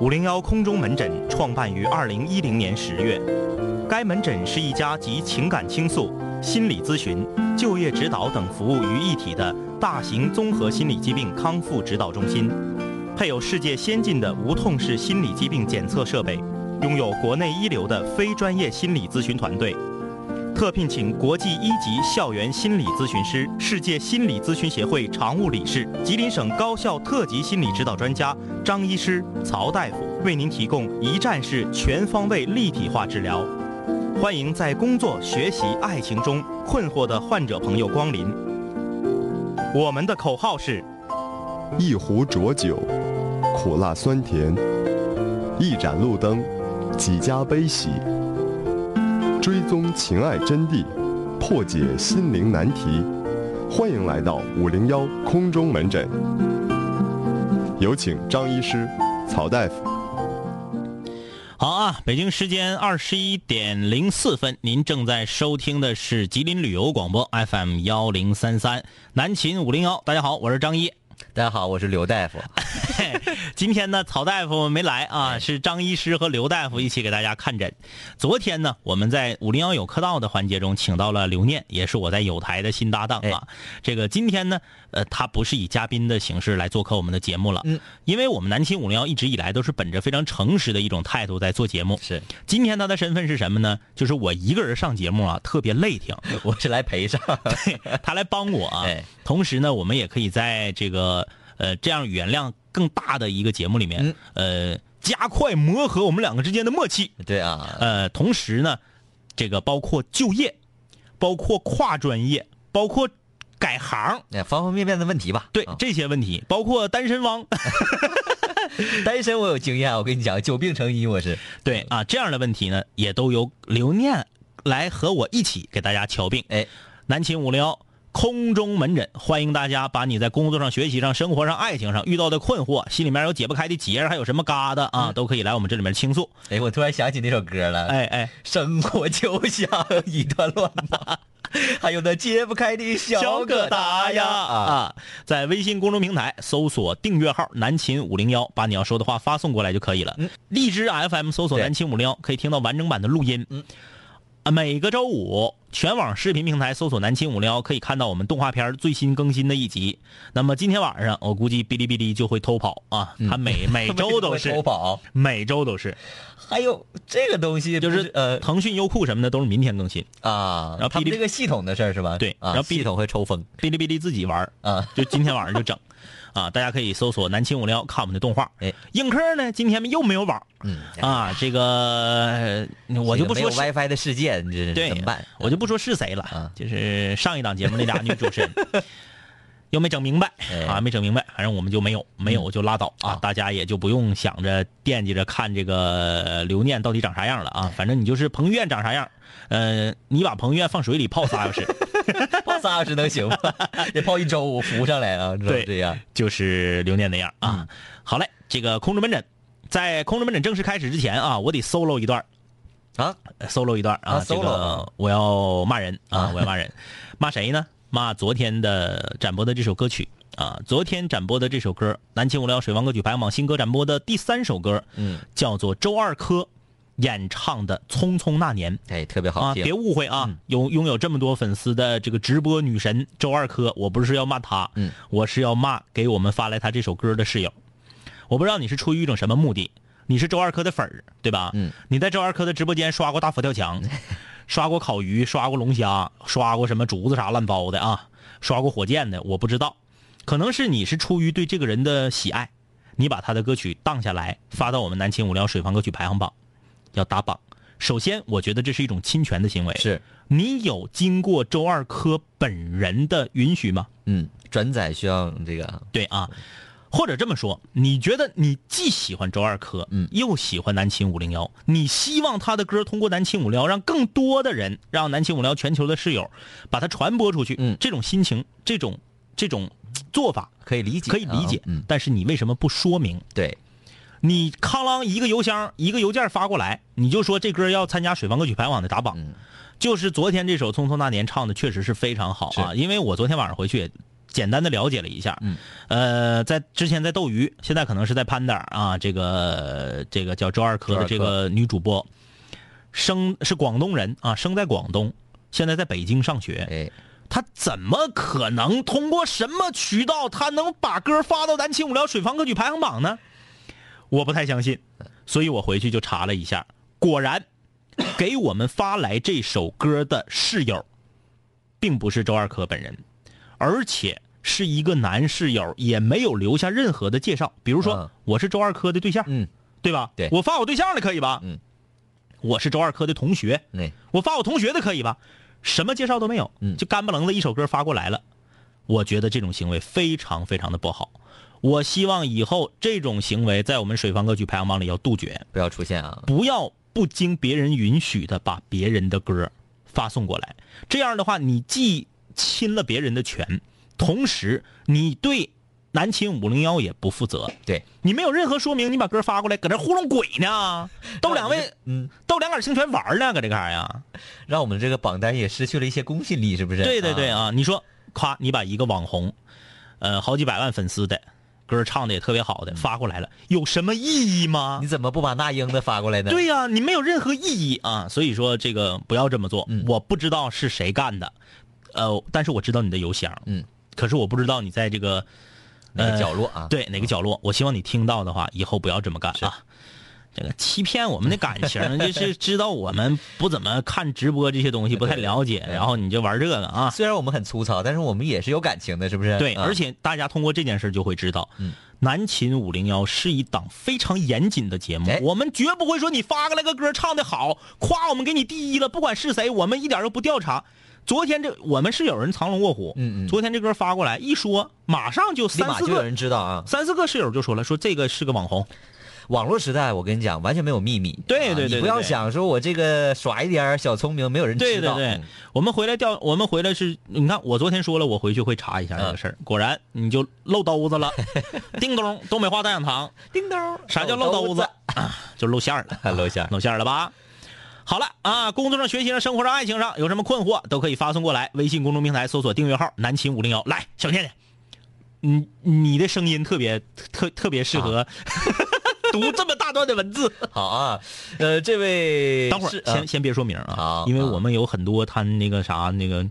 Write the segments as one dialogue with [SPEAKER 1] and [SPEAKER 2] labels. [SPEAKER 1] 五零幺空中门诊创办于二零一零年十月，该门诊是一家集情感倾诉、心理咨询、就业指导等服务于一体的大型综合心理疾病康复指导中心，配有世界先进的无痛式心理疾病检测设备，拥有国内一流的非专业心理咨询团队。特聘请国际一级校园心理咨询师、世界心理咨询协会常务理事、吉林省高校特级心理指导专家张医师、曹大夫，为您提供一站式、全方位、立体化治疗。欢迎在工作、学习、爱情中困惑的患者朋友光临。我们的口号是：
[SPEAKER 2] 一壶浊酒，苦辣酸甜；一盏路灯，几家悲喜。追踪情爱真谛，破解心灵难题。欢迎来到五零幺空中门诊，有请张医师、曹大夫。
[SPEAKER 1] 好啊，北京时间二十一点零四分，您正在收听的是吉林旅游广播 FM 幺零三三南秦五零幺。大家好，我是张一。
[SPEAKER 3] 大家好，我是刘大夫。 哎
[SPEAKER 1] 今天呢，曹大夫没来啊，是张医师和刘大夫一起给大家看诊。昨天呢，我们在五零幺有客道的环节中请到了刘念，也是我在有台的新搭档啊。
[SPEAKER 3] 哎
[SPEAKER 1] 这个今天呢，呃，他不是以嘉宾的形式来做客我们的节目了，
[SPEAKER 3] 嗯，
[SPEAKER 1] 因为我们南秦五零幺一直以来都是本着非常诚实的一种态度在做节目。
[SPEAKER 3] 是，
[SPEAKER 1] 今天他的身份是什么呢？就是我一个人上节目啊，特别累挺。
[SPEAKER 3] 我是来陪上。
[SPEAKER 1] 他来帮我啊
[SPEAKER 3] 哎。
[SPEAKER 1] 同时呢，我们也可以在这个呃这样语言量更大的一个节目里面，呃，加快磨合我们两个之间的默契。
[SPEAKER 3] 对啊，
[SPEAKER 1] 呃，同时呢，这个包括就业，包括跨专业，包括改行，
[SPEAKER 3] 那哎方方面面的问题吧。
[SPEAKER 1] 对
[SPEAKER 3] 啊
[SPEAKER 1] 这些问题，包括单身汪，
[SPEAKER 3] 单身我有经验，我跟你讲，久病成医我是。
[SPEAKER 1] 对啊，这样的问题呢，也都由刘念来和我一起给大家瞧病。
[SPEAKER 3] 哎，
[SPEAKER 1] 南秦五零幺空中门诊，欢迎大家把你在工作上、学习上、生活上、爱情上遇到的困惑，心里面有解不开的结，还有什么疙瘩啊，都可以来我们这里面倾诉。
[SPEAKER 3] 哎，我突然想起那首歌了，
[SPEAKER 1] 哎哎，
[SPEAKER 3] 生活就像一团乱 麻，还有那揭不开的小疙瘩呀啊！
[SPEAKER 1] 啊，在微信公众平台搜索订阅号“南秦五零幺”，把你要说的话发送过来就可以了。荔枝 FM 搜索“
[SPEAKER 3] 嗯对
[SPEAKER 1] 南秦五零幺”，可以听到完整版的录音。
[SPEAKER 3] 嗯
[SPEAKER 1] 啊，每个周五全网视频平台搜索“南秦五零幺”，可以看到我们动画片最新更新的一集。那么今天晚上，我估计哔哩哔哩就会偷跑啊，
[SPEAKER 3] 嗯
[SPEAKER 1] 它每每周 都
[SPEAKER 3] 偷
[SPEAKER 1] 是，
[SPEAKER 3] 宝，
[SPEAKER 1] 每周都是，
[SPEAKER 3] 还有这个东西
[SPEAKER 1] 就
[SPEAKER 3] 不
[SPEAKER 1] 是
[SPEAKER 3] 是呃
[SPEAKER 1] 腾讯、优酷什么的都是明天更新，
[SPEAKER 3] 啊，
[SPEAKER 1] 然后
[SPEAKER 3] 他
[SPEAKER 1] 哔哩
[SPEAKER 3] 们这个系统的事儿是吧？
[SPEAKER 1] 对
[SPEAKER 3] 啊
[SPEAKER 1] 然后哔哩
[SPEAKER 3] 系统会抽风
[SPEAKER 1] 哔哩哔哩自己玩儿
[SPEAKER 3] 啊，
[SPEAKER 1] 就今天晚上就整，啊，大家可以搜索“南青五零幺”看我们的动画。
[SPEAKER 3] 哎，
[SPEAKER 1] 映客呢，今天又没有网
[SPEAKER 3] 嗯，
[SPEAKER 1] 啊，这个呃我就不说
[SPEAKER 3] 这个
[SPEAKER 1] 是
[SPEAKER 3] 没有 WiFi 的世界，你这
[SPEAKER 1] 对
[SPEAKER 3] 是怎么办？
[SPEAKER 1] 我就不说是谁了
[SPEAKER 3] 啊，
[SPEAKER 1] 就是上一档节目那俩女主持人又没整明白
[SPEAKER 3] 哎
[SPEAKER 1] 啊，没整明白，反正我们就没有，没有就拉倒啊
[SPEAKER 3] 啊，
[SPEAKER 1] 大家也就不用想着惦记着看这个刘念到底长啥样了啊，反正你就是彭于晏长啥样，呃，你把彭于晏放水里泡仨小时。
[SPEAKER 3] 泡仨小时 能行吗？得泡一周，我浮上来啊，知道
[SPEAKER 1] 对
[SPEAKER 3] 这样。
[SPEAKER 1] 就是留念那样啊。好嘞，这个空中门诊，在空中门诊正式开始之前啊，我得 solo 一段儿
[SPEAKER 3] 啊，
[SPEAKER 1] 呃，solo 一段儿啊，
[SPEAKER 3] 啊
[SPEAKER 1] 这个
[SPEAKER 3] solo
[SPEAKER 1] 我要骂人啊
[SPEAKER 3] 啊，
[SPEAKER 1] 我要骂人，骂谁呢？骂昨天的展播的这首歌曲啊，昨天展播的这首歌，南秦无聊水王歌曲排行榜新歌展播的第三首歌，
[SPEAKER 3] 嗯，
[SPEAKER 1] 叫做周二珂演唱的《匆匆那年》。
[SPEAKER 3] 哎，特别好嗯
[SPEAKER 1] 啊，
[SPEAKER 3] 听。
[SPEAKER 1] 别误会啊，拥拥有这么多粉丝的这个直播女神周二珂，我不是要骂她，
[SPEAKER 3] 嗯，
[SPEAKER 1] 我是要骂给我们发来她这首歌的室友。我不知道你是出于一种什么目的，你是周二珂的粉儿，对吧？
[SPEAKER 3] 嗯，
[SPEAKER 1] 你在周二珂的直播间刷过大佛跳 墙，刷过烤鱼，刷过龙虾，刷过什么竹子啥乱糟的啊，刷过火箭的，我不知道，可能是你是出于对这个人的喜爱，你把他的歌曲荡下来，发到我们南秦五聊水房歌曲排行榜，要打榜。首先，我觉得这是一种侵权的行为。
[SPEAKER 3] 是，
[SPEAKER 1] 你有经过周二珂本人的允许吗？
[SPEAKER 3] 嗯，转载需要这个
[SPEAKER 1] 对啊，或者这么说，你觉得你既喜欢周二珂，
[SPEAKER 3] 嗯
[SPEAKER 1] 又喜欢南秦五零幺，你希望他的歌通过南秦五零幺让更多的人，让南秦五零幺全球的室友把它传播出去，
[SPEAKER 3] 嗯
[SPEAKER 1] 这种心情，这种这种做法
[SPEAKER 3] 可以理解啊，
[SPEAKER 1] 可以理解，
[SPEAKER 3] 嗯，
[SPEAKER 1] 但是你为什么不说明？
[SPEAKER 3] 对，
[SPEAKER 1] 你康啷一个邮箱一个邮件发过来，你就说这歌要参加水房歌曲排行榜的打榜，
[SPEAKER 3] 嗯
[SPEAKER 1] 就是昨天这首《匆匆那年》唱的确实是非常好啊，因为我昨天晚上回去也简单的了解了一下，
[SPEAKER 3] 嗯，
[SPEAKER 1] 呃，在之前在斗鱼，现在可能是在 Panda 啊，这个这个叫周二珂的这
[SPEAKER 3] 周
[SPEAKER 1] 个女主播，生是广东人啊，生在广东，现在在北京上学，
[SPEAKER 3] 哎，
[SPEAKER 1] 她怎么可能通过什么渠道，她能把歌发到咱七五聊水房歌曲排行榜呢？我不太相信，所以我回去就查了一下，果然， 给我们发来这首歌的室友，并不是周二珂本人，而且是一个男室友，也没有留下任何的介绍，比如说、
[SPEAKER 3] 嗯
[SPEAKER 1] 我是周二珂的对象，
[SPEAKER 3] 嗯，
[SPEAKER 1] 对吧？
[SPEAKER 3] 对
[SPEAKER 1] 我发我对象的可以吧？
[SPEAKER 3] 嗯，
[SPEAKER 1] 我是周二珂的同学，
[SPEAKER 3] 那
[SPEAKER 1] 我发我同学的可以吧？什么介绍都没有，
[SPEAKER 3] 嗯
[SPEAKER 1] 就干不楞的一首歌发过来了。我觉得这种行为非常非常的不好。我希望以后这种行为在我们水房歌曲排行榜里要杜绝，
[SPEAKER 3] 不要出现啊，
[SPEAKER 1] 不要不经别人允许的把别人的歌发送过来。这样的话，你既侵了别人的权，同时你对南秦五零幺也不负责。
[SPEAKER 3] 对，
[SPEAKER 1] 你没有任何说明，你把歌发过来，搁这糊弄鬼呢？逗两 位，
[SPEAKER 3] 嗯，
[SPEAKER 1] 逗两杆儿清泉玩儿呢，搁这嘎呀？
[SPEAKER 3] 让我们这个榜单也失去了一些公信力，是不是？
[SPEAKER 1] 对对对
[SPEAKER 3] 啊，
[SPEAKER 1] 啊！你说，夸你把一个网红，呃，好几百万粉丝的歌儿唱的也特别好的发过来了，有什么意义吗
[SPEAKER 3] 嗯你？怎么不把那英的发过来呢？
[SPEAKER 1] 对呀、你没有任何意义啊！所以说这个不要这么做。
[SPEAKER 3] 嗯
[SPEAKER 1] 我不知道是谁干的，呃，但是我知道你的邮箱，
[SPEAKER 3] 嗯，
[SPEAKER 1] 可是我不知道你在这个
[SPEAKER 3] 哪个角落啊？
[SPEAKER 1] 对哪个角落。我希望你听到的话，以后不要这么干啊！这个欺骗我们的感 情，就是知道我们不怎么看直播这些东西，不太了解，然后你就玩这个啊。
[SPEAKER 3] 虽然我们很粗糙，但是我们也是有感情的，是不是？
[SPEAKER 1] 对，
[SPEAKER 3] 啊
[SPEAKER 1] 而且大家通过这件事就会知道，
[SPEAKER 3] 嗯
[SPEAKER 1] 南秦五零幺是一档非常严谨的节目
[SPEAKER 3] 哎，
[SPEAKER 1] 我们绝不会说你发过来个歌唱的好，夸我们给你第一了，不管是谁，我们一点都不调查。昨天这我们是有人藏龙卧虎，
[SPEAKER 3] 嗯嗯
[SPEAKER 1] 昨天这歌发过来一说，马上就
[SPEAKER 3] 立
[SPEAKER 1] 三
[SPEAKER 3] 马
[SPEAKER 1] 四
[SPEAKER 3] 就有
[SPEAKER 1] 个
[SPEAKER 3] 人知嗯道啊！
[SPEAKER 1] 三四个室友就说了，说这个是个网红，
[SPEAKER 3] 网络时代，我跟你讲，完全没有秘密。
[SPEAKER 1] 对
[SPEAKER 3] 啊
[SPEAKER 1] 对对
[SPEAKER 3] 你不要
[SPEAKER 1] 对对
[SPEAKER 3] 想说我这个耍一点儿小聪明，没有人
[SPEAKER 1] 对
[SPEAKER 3] 知
[SPEAKER 1] 对
[SPEAKER 3] 道。
[SPEAKER 1] 对
[SPEAKER 3] 嗯，
[SPEAKER 1] 我们回来调，我们回来是，你看我昨天说了，我回去会查一下这
[SPEAKER 3] 嗯
[SPEAKER 1] 个事儿，果然你就漏兜 子了，叮咚，东北话大讲堂，
[SPEAKER 3] 叮咚，
[SPEAKER 1] 啥叫漏兜子？啊就露馅儿了。啊
[SPEAKER 3] 看楼下，
[SPEAKER 1] 露馅儿了吧？好了啊，工作上、学习上、生活上、爱情上有什么困惑，都可以发送过来。微信公众平台搜索订阅号“南秦五零幺”，来，小倩倩，你你的声音特别特特别适合、 读这么大段的文字。
[SPEAKER 3] 好啊，呃，这位
[SPEAKER 1] 等会儿
[SPEAKER 3] 是啊
[SPEAKER 1] 先先别说名啊
[SPEAKER 3] 好，
[SPEAKER 1] 因为
[SPEAKER 3] 啊
[SPEAKER 1] 我们有很多他那个啥那个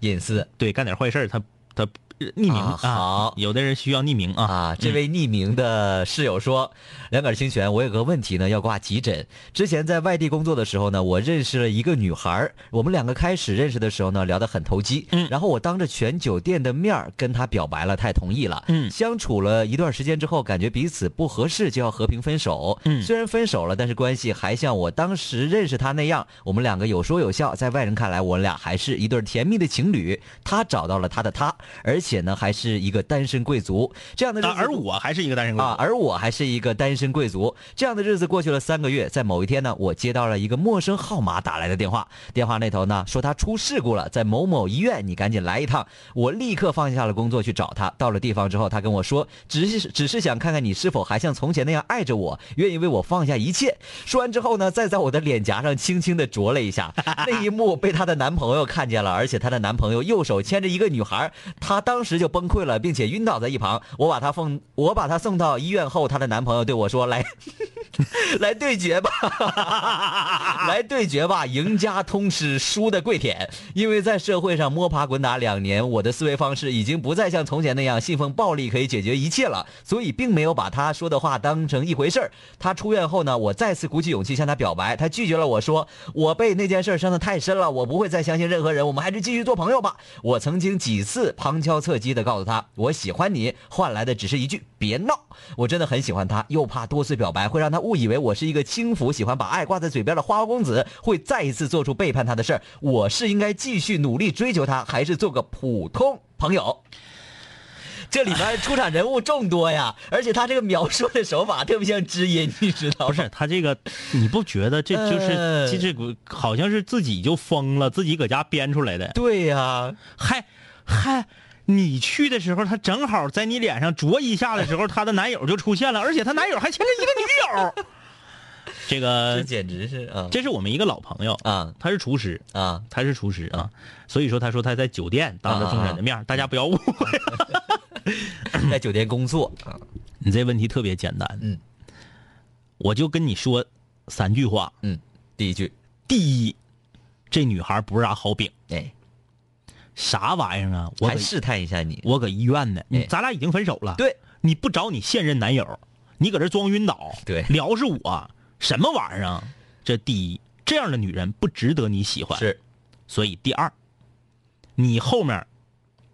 [SPEAKER 3] 隐私
[SPEAKER 1] 对干点坏事儿他他呃匿名
[SPEAKER 3] 啊好
[SPEAKER 1] 有的人需要匿名啊。
[SPEAKER 3] 啊，这位匿名的室友说：“两杆清泉，我有个问题呢，要挂急诊。之前在外地工作的时候呢，我认识了一个女孩儿，我们两个开始认识的时候呢，聊得很投机。
[SPEAKER 1] 嗯
[SPEAKER 3] 然后我当着全酒店的面儿跟她表白了，她也同意了。
[SPEAKER 1] 嗯
[SPEAKER 3] 相处了一段时间之后，感觉彼此不合适，就要和平分手。
[SPEAKER 1] 嗯
[SPEAKER 3] 虽然分手了，但是关系还像我当时认识她那样，我们两个有说有笑，在外人看来，我俩还是一对甜蜜的情侣。她找到了她的他，而且呢，还是一个单身贵族。这样的日
[SPEAKER 1] 啊
[SPEAKER 3] 子，
[SPEAKER 1] 而我还是一个单身狗
[SPEAKER 3] 啊，而我还是一个单身贵族。这样的日子过去了三个月，在某一天呢，我接到了一个陌生号码打来的电话，电话那头呢说他出事故了，在某某医院，你赶紧来一趟。我立刻放下了工作去找他。到了地方之后，他跟我说，只是只是想看看你是否还像从前那样爱着我，愿意为我放下一切。说完之后呢，再在我的脸颊上轻轻的啄了一下。那一幕被她的男朋友看见了，而且她的男朋友右手牵着一个女孩，她当时就崩溃了，并且晕倒在一旁。我把她送，我把她送到医院后，她的男朋友对我说：“来， 来对决吧，来对决吧，赢家通吃，输的跪舔。”因为在社会上摸爬滚打两年，我的思维方式已经不再像从前那样信奉暴力可以解决一切了，所以并没有把她说的话当成一回事儿。她出院后呢，我再次鼓起勇气向她表白，她拒绝了我说：“我被那件事儿伤得太深了，我不会再相信任何人，我们还是继续做朋友吧。”我曾经几次旁敲侧击的告诉她我喜欢你，换来的只是一句别闹。我真的很喜欢她，又怕多次表白会让她误以为我是一个轻浮、喜欢把爱挂在嘴边的花花公子，会再一次做出背叛她的事儿。我是应该继续努力追求她，还是做个普通朋友？这里边出场人物众多呀，而且他这个描述的手法特别像知音，你知道吗？
[SPEAKER 1] 不是他这个，你不觉得这就是
[SPEAKER 3] 呃
[SPEAKER 1] 这这个好像是自己就疯了，自己搁家编出来的？
[SPEAKER 3] 对呀、
[SPEAKER 1] 嗨嗨，你去的时候，他正好在你脸上啄一下的时候，她的男友就出现了，而且她男友还牵着一个女友，这个
[SPEAKER 3] 这呃简直是啊
[SPEAKER 1] 这是我们一个老朋友，
[SPEAKER 3] 啊
[SPEAKER 1] 他是厨师，
[SPEAKER 3] 啊！
[SPEAKER 1] 他是厨师啊，所以说他说他在酒店当着众人的
[SPEAKER 3] 啊
[SPEAKER 1] 面儿，大家不要误会。
[SPEAKER 3] 在酒店工作啊，
[SPEAKER 1] 你这问题特别简单，
[SPEAKER 3] 嗯，
[SPEAKER 1] 我就跟你说三句话。
[SPEAKER 3] 嗯，第一句，
[SPEAKER 1] 第一，这女孩不是啥好饼，
[SPEAKER 3] 哎，
[SPEAKER 1] 啥玩意儿啊？我
[SPEAKER 3] 还
[SPEAKER 1] 搁
[SPEAKER 3] 试探一下你，
[SPEAKER 1] 我搁医院呢，你
[SPEAKER 3] 哎
[SPEAKER 1] 咱俩已经分手了，
[SPEAKER 3] 对，
[SPEAKER 1] 你不找你现任男友，你搁这装晕倒，
[SPEAKER 3] 对
[SPEAKER 1] 聊是我什么玩意儿啊？这第一，这样的女人不值得你喜欢，
[SPEAKER 3] 是
[SPEAKER 1] 所以第二，你后面，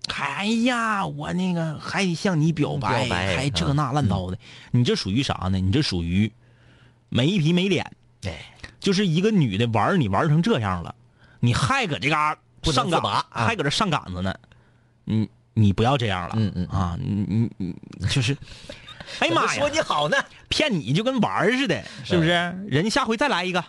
[SPEAKER 1] 哎呀，我那个还得向你表白，
[SPEAKER 3] 表白嗯
[SPEAKER 1] 还这那烂糟的，你这属于啥呢？你这属于没皮没脸，
[SPEAKER 3] 哎，
[SPEAKER 1] 就是一个女的玩儿你玩儿成这样了，你还搁这嘎
[SPEAKER 3] 不能
[SPEAKER 1] 上
[SPEAKER 3] 自
[SPEAKER 1] 岗，
[SPEAKER 3] 拔啊
[SPEAKER 1] 还搁这上杆子呢，你你不要这样了，
[SPEAKER 3] 嗯嗯
[SPEAKER 1] 啊，你你你 就是，哎
[SPEAKER 3] 哎
[SPEAKER 1] 呀妈呀
[SPEAKER 3] 说，你好呢，
[SPEAKER 1] 骗你就跟玩儿似的，是不是？人下回再来一个，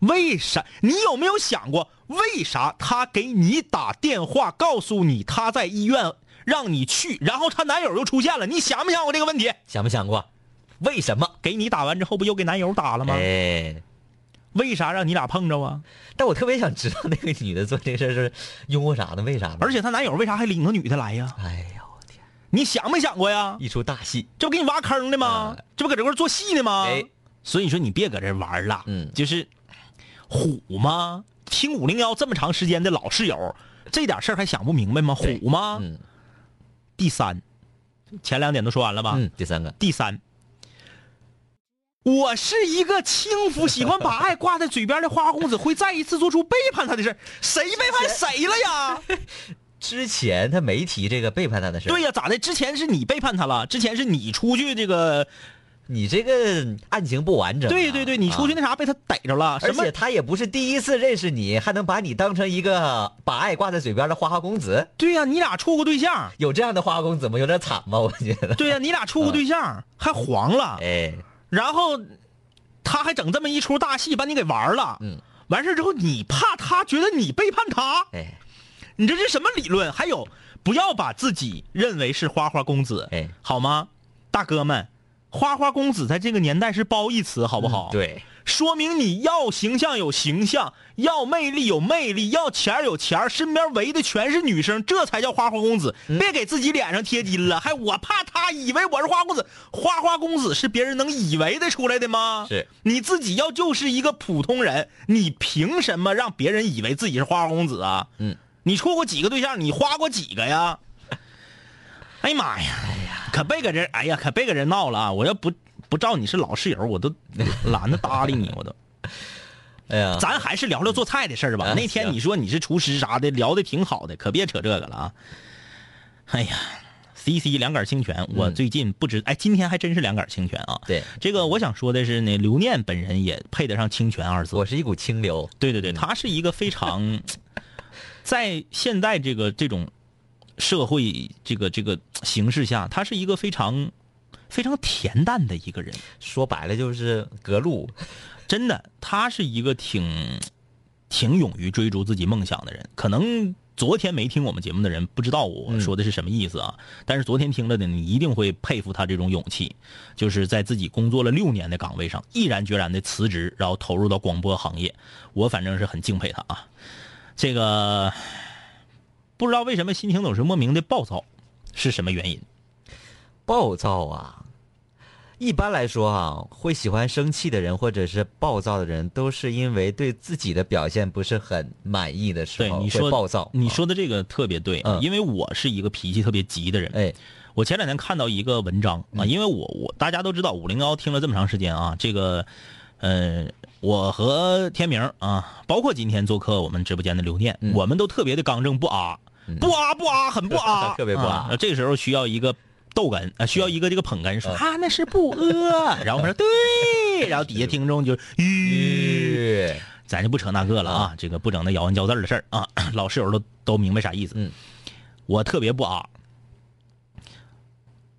[SPEAKER 1] 为啥？你有没有想过，为啥他给你打电话告诉你他在医院，让你去，然后她男友又出现了？你想没想过这个问题？
[SPEAKER 3] 想没想过，为什么？
[SPEAKER 1] 给你打完之后，不又给男友打了吗？
[SPEAKER 3] 哎，
[SPEAKER 1] 为啥让你俩碰着啊？
[SPEAKER 3] 但我特别想知道那个女的做这事儿是因为啥呢？为啥呢？
[SPEAKER 1] 而且，她男友为啥还领个女的来呀？
[SPEAKER 3] 哎呀，我天，
[SPEAKER 1] 你想没想过呀？
[SPEAKER 3] 一出大戏，
[SPEAKER 1] 这不给你挖坑的吗？这不搁这块儿做戏呢吗？
[SPEAKER 3] 嗯哎
[SPEAKER 1] 所以说你别搁这玩儿了，
[SPEAKER 3] 嗯
[SPEAKER 1] 就是虎吗？听五零幺这么长时间的老室友，这点事儿还想不明白吗？
[SPEAKER 3] 对
[SPEAKER 1] 虎吗？
[SPEAKER 3] 嗯
[SPEAKER 1] 第三，前两点都说完了吧？
[SPEAKER 3] 嗯，第三个，
[SPEAKER 1] 第三，我是一个轻浮，喜欢把爱挂在嘴边的花花公子，会再一次做出背叛他的事儿谁背叛谁了 呀？
[SPEAKER 3] 之前他没提这个背叛他的事儿，
[SPEAKER 1] 对呀、咋的？之前是你背叛他了，之前是你出去这个
[SPEAKER 3] 你这个案情不完整啊、
[SPEAKER 1] 对对对，你出去
[SPEAKER 3] 啊
[SPEAKER 1] 那啥被他逮着了，
[SPEAKER 3] 而
[SPEAKER 1] 什么
[SPEAKER 3] 且他也不是第一次认识你，还能把你当成一个把爱挂在嘴边的花花公子，
[SPEAKER 1] 对呀、你俩处过对 象，
[SPEAKER 3] 有这样的花花公子吗？有点惨吧，我觉得。
[SPEAKER 1] 对呀、你俩处过对
[SPEAKER 3] 嗯
[SPEAKER 1] 象，还黄了，
[SPEAKER 3] 哎，
[SPEAKER 1] 然后他还整这么一出大戏，把你给玩了。
[SPEAKER 3] 嗯，
[SPEAKER 1] 完事儿之后，你怕他觉得你背叛他，
[SPEAKER 3] 哎，
[SPEAKER 1] 你这是什么理论？还有，不要把自己认为是花花公子，
[SPEAKER 3] 哎
[SPEAKER 1] 好吗，大哥们？花花公子在这个年代是褒义词，好不好？，
[SPEAKER 3] 嗯对，
[SPEAKER 1] 说明你要形象有形象，要魅力有魅力，要钱儿有钱儿，身边围的全是女生，这才叫花花公子。别给自己脸上贴金了，还我怕他以为我是花花公子。花花公子是别人能以为的出来的吗？
[SPEAKER 3] 是
[SPEAKER 1] 你自己要就是一个普通人，你凭什么让别人以为自己是花花公子啊？
[SPEAKER 3] 嗯，
[SPEAKER 1] 你处过几个对象？你花过几个呀？ 哎呀妈呀！可别搁这，哎呀，可别搁这闹了啊！我要不不照你是老室友，我都懒得搭理你，我 都。
[SPEAKER 3] 哎呀，
[SPEAKER 1] 咱还是聊聊做菜的事儿吧。
[SPEAKER 3] 啊
[SPEAKER 1] 那天
[SPEAKER 3] 行
[SPEAKER 1] 你说你是厨师啥的，聊的挺好的，可别扯这个了啊！哎呀，C C 两杆儿清泉，我最近不知，哎，今天还真是两杆儿清泉啊。
[SPEAKER 3] 嗯对
[SPEAKER 1] 这个我想说的是呢，刘念本人也配得上“清泉”二字。
[SPEAKER 3] 我是一股清流，
[SPEAKER 1] 对对对，他是一个非 常在现在这个这种社会这个这个形势下，他是一个非常非常恬淡的一个人。
[SPEAKER 3] 说白了就是隔路。
[SPEAKER 1] 真的，他是一个挺挺勇于追逐自己梦想的人。可能昨天没听我们节目的人不知道我说的是什么意思啊，
[SPEAKER 3] 嗯
[SPEAKER 1] 但是昨天听了的你一定会佩服他这种勇气，就是在自己工作了六年的岗位上，毅然决然的辞职，然后投入到广播行业。我反正是很敬佩他啊。这个不知道为什么心情总是莫名的暴躁，是什么原因？
[SPEAKER 3] 暴躁啊！一般来说啊，会喜欢生气的人或者是暴躁的人，都是因为对自己的表现不是很满意的时
[SPEAKER 1] 对
[SPEAKER 3] 候
[SPEAKER 1] 你
[SPEAKER 3] 会
[SPEAKER 1] 说
[SPEAKER 3] 暴躁。
[SPEAKER 1] 你，说的这个特别对，啊
[SPEAKER 3] 嗯
[SPEAKER 1] 因为我是一个脾气特别急的人。
[SPEAKER 3] 哎，
[SPEAKER 1] 我前两天看到一个文章啊，
[SPEAKER 3] 嗯
[SPEAKER 1] 因为我我大家都知道五零幺听了这么长时间啊，这个，呃，我和天明啊，包括今天做客我们直播间的刘念，
[SPEAKER 3] 嗯
[SPEAKER 1] 我们都特别的刚正不阿，不阿不阿，很不阿，
[SPEAKER 3] 特别不阿嗯
[SPEAKER 1] 啊这个时候需要一个逗哏，啊，需要一个这个捧哏，说啊那是不阿，然后我们说对，然后底下听众就
[SPEAKER 3] 嗯
[SPEAKER 1] 吁。
[SPEAKER 3] 吁
[SPEAKER 1] 咱就不扯那个了啊，这个不整那咬文嚼字儿的事儿啊，老室友都都明白啥意思。
[SPEAKER 3] 嗯，
[SPEAKER 1] 我特别不啊，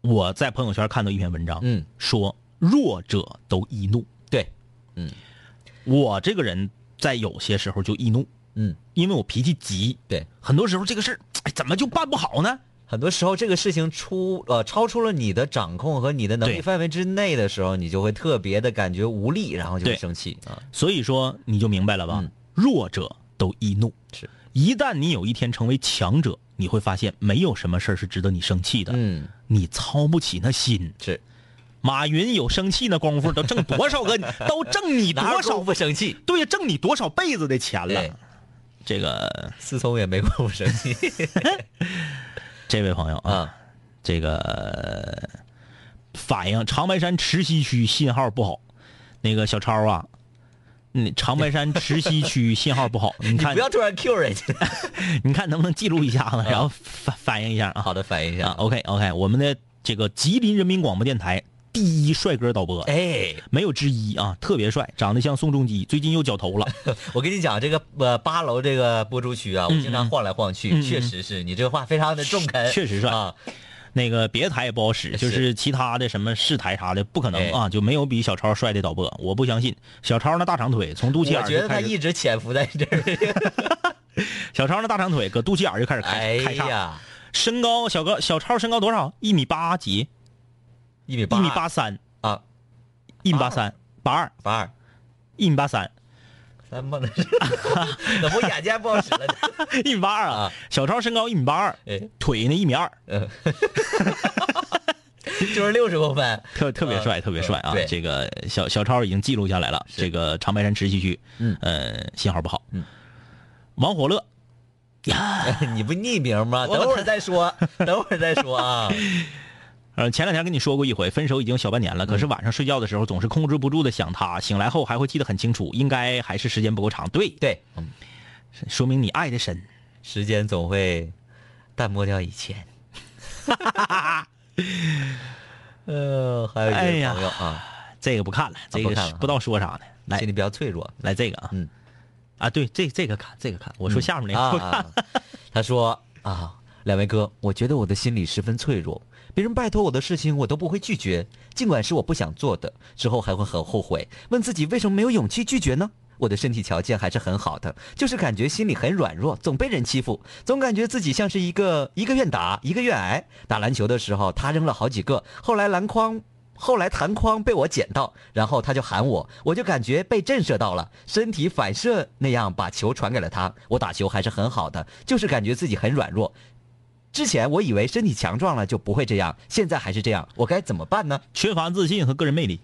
[SPEAKER 1] 我在朋友圈看到一篇文章，
[SPEAKER 3] 嗯，
[SPEAKER 1] 说弱者都易怒，
[SPEAKER 3] 对，
[SPEAKER 1] 我这个人在有些时候就易怒，
[SPEAKER 3] 嗯，
[SPEAKER 1] 因为我脾气急，
[SPEAKER 3] 对，
[SPEAKER 1] 很多时候这个事儿哎怎么就办不好呢？
[SPEAKER 3] 很多时候这个事情出呃超出了你的掌控和你的能力
[SPEAKER 1] 对
[SPEAKER 3] 范围之内的时候，你就会特别的感觉无力，然后就会
[SPEAKER 1] 对
[SPEAKER 3] 生气啊。
[SPEAKER 1] 所以说你就明白了吧？
[SPEAKER 3] 嗯
[SPEAKER 1] 弱者都易怒，
[SPEAKER 3] 是。
[SPEAKER 1] 一旦你有一天成为强者，你会发现没有什么事儿是值得你生气的，
[SPEAKER 3] 嗯，
[SPEAKER 1] 你操不起那心。
[SPEAKER 3] 是
[SPEAKER 1] 马云有生气那功夫，都挣多少个，都挣你
[SPEAKER 3] 哪
[SPEAKER 1] 多
[SPEAKER 3] 有
[SPEAKER 1] 少
[SPEAKER 3] 功夫生气？
[SPEAKER 1] 对呀，挣你多少辈子的钱
[SPEAKER 3] 对
[SPEAKER 1] 了？这个
[SPEAKER 3] 思哎聪也没功夫生气
[SPEAKER 1] 这位朋友 啊，
[SPEAKER 3] 啊。
[SPEAKER 1] 这个呃反映长白山池溪区信号不好，那个小超啊，你长白山池溪区信号不 好，你
[SPEAKER 3] 你
[SPEAKER 1] 看
[SPEAKER 3] 不要突啊然 Q 人 家，
[SPEAKER 1] 你看能不能记录一下子，然后反反映一下啊？
[SPEAKER 3] 好的反应一
[SPEAKER 1] 啊
[SPEAKER 3] 下。
[SPEAKER 1] ，OK OK，我们的这个吉林人民广播电台第一帅哥导播，
[SPEAKER 3] 哎，
[SPEAKER 1] 没有之一啊，特别帅，长得像宋仲基，最近又绞头了。
[SPEAKER 3] 我跟你讲，这个呃八楼这个播出区啊，我经常晃来晃去，
[SPEAKER 1] 嗯嗯嗯
[SPEAKER 3] 确实是你这话非常的中 肯，
[SPEAKER 1] 确实帅
[SPEAKER 3] 啊。
[SPEAKER 1] 那个别的台也不好使，
[SPEAKER 3] 是
[SPEAKER 1] 就是其他的什么市台啥的，不可
[SPEAKER 3] 哎
[SPEAKER 1] 能啊，就没有比小超帅的导播，我不相信。小超那大长腿从肚脐眼
[SPEAKER 3] 我
[SPEAKER 1] 儿
[SPEAKER 3] 觉
[SPEAKER 1] 就
[SPEAKER 3] 得他
[SPEAKER 1] 开始，
[SPEAKER 3] 一直潜伏在这儿。
[SPEAKER 1] 小超那大长腿搁肚脐眼儿就开始
[SPEAKER 3] 哎
[SPEAKER 1] 开开叉。
[SPEAKER 3] 呀，
[SPEAKER 1] 身高小高小超身高多少？一米八几？
[SPEAKER 3] 一米八，
[SPEAKER 1] 一米八三，
[SPEAKER 3] 啊，
[SPEAKER 1] 一米八三，八二，
[SPEAKER 3] 八二
[SPEAKER 1] 一米八三，
[SPEAKER 3] 三八的， 怎么我眼睛还不好使了呢？
[SPEAKER 1] 一米八二啊
[SPEAKER 3] 啊！
[SPEAKER 1] 小超身高一米八二，
[SPEAKER 3] 哎，
[SPEAKER 1] 腿呢一米二，
[SPEAKER 3] 嗯，就是六十公分，
[SPEAKER 1] 特特别帅，
[SPEAKER 3] 呃
[SPEAKER 1] 特别帅啊！
[SPEAKER 3] 呃对
[SPEAKER 1] 这个小小超已经记录下来了，这个长白山池溪区，
[SPEAKER 3] 嗯
[SPEAKER 1] 呃，信号不好。
[SPEAKER 3] 嗯，
[SPEAKER 1] 王火乐，
[SPEAKER 3] 你不匿名吗？
[SPEAKER 1] 我
[SPEAKER 3] 等会儿再说，等会儿再 说啊。
[SPEAKER 1] 呃，前两天跟你说过一回，分手已经小半年了，
[SPEAKER 3] 嗯
[SPEAKER 1] 可是晚上睡觉的时候总是控制不住的想他，醒来后还会记得很清楚，应该还是时间不够长。对，
[SPEAKER 3] 对，嗯
[SPEAKER 1] 说明你爱的深。
[SPEAKER 3] 时间总会淡漠掉以 前。呃，还有一
[SPEAKER 1] 哎
[SPEAKER 3] 位
[SPEAKER 1] 呀
[SPEAKER 3] 朋友啊，
[SPEAKER 1] 这个不看了，这个
[SPEAKER 3] 不看了
[SPEAKER 1] 是不知道说啥呢。来
[SPEAKER 3] 心里比较脆弱。
[SPEAKER 1] 来这个啊，
[SPEAKER 3] 嗯
[SPEAKER 1] 啊，对，这这个看这个看，我说下面那个
[SPEAKER 3] 啊
[SPEAKER 1] 不看，
[SPEAKER 3] 啊，他说啊，两位哥，我觉得我的心里十分脆弱，别人拜托我的事情我都不会拒绝，尽管是我不想做的，之后还会很后悔，问自己为什么没有勇气拒绝呢？我的身体条件还是很好的，就是感觉心里很软弱，总被人欺负，总感觉自己像是一个一个愿打一个愿挨。打篮球的时候，他扔了好几个，后来篮筐后来弹框被我捡到，然后他就喊我，我就感觉被震慑到了，身体反射那样把球传给了他。我打球还是很好的，就是感觉自己很软弱。之前我以为身体强壮了就不会这样，现在还是这样，我该怎么办呢？
[SPEAKER 1] 缺乏自信和个人魅力。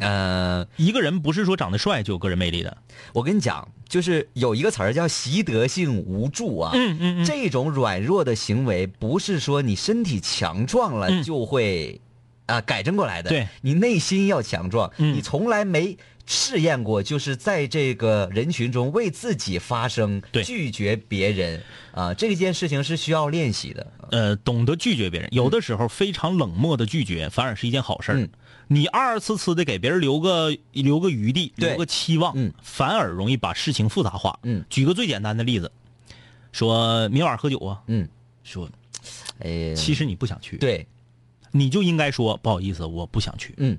[SPEAKER 3] 嗯、
[SPEAKER 1] 一个人不是说长得帅就有个人魅力的，
[SPEAKER 3] 我跟你讲，就是有一个词儿叫习得性无助啊。
[SPEAKER 1] 嗯嗯嗯，
[SPEAKER 3] 这种软弱的行为，不是说你身体强壮了
[SPEAKER 1] 嗯
[SPEAKER 3] 就会啊、改正过来的。
[SPEAKER 1] 对，
[SPEAKER 3] 你内心要强壮，
[SPEAKER 1] 嗯
[SPEAKER 3] 你从来没试验过，就是在这个人群中为自己发声，
[SPEAKER 1] 对
[SPEAKER 3] 拒绝别人啊、这件事情是需要练习的。
[SPEAKER 1] 呃，懂得拒绝别人，有的时候非常冷漠的拒绝反而是一件好事儿。
[SPEAKER 3] 嗯
[SPEAKER 1] 你二二次次的给别人留个留个余地，
[SPEAKER 3] 对
[SPEAKER 1] 留个期望，
[SPEAKER 3] 嗯
[SPEAKER 1] 反而容易把事情复杂化。
[SPEAKER 3] 嗯
[SPEAKER 1] 举个最简单的例子，说明晚喝酒啊，
[SPEAKER 3] 嗯，
[SPEAKER 1] 说
[SPEAKER 3] 哎，
[SPEAKER 1] 其实你不想去，，
[SPEAKER 3] 对，
[SPEAKER 1] 你就应该说不好意思，我不想去。
[SPEAKER 3] 嗯，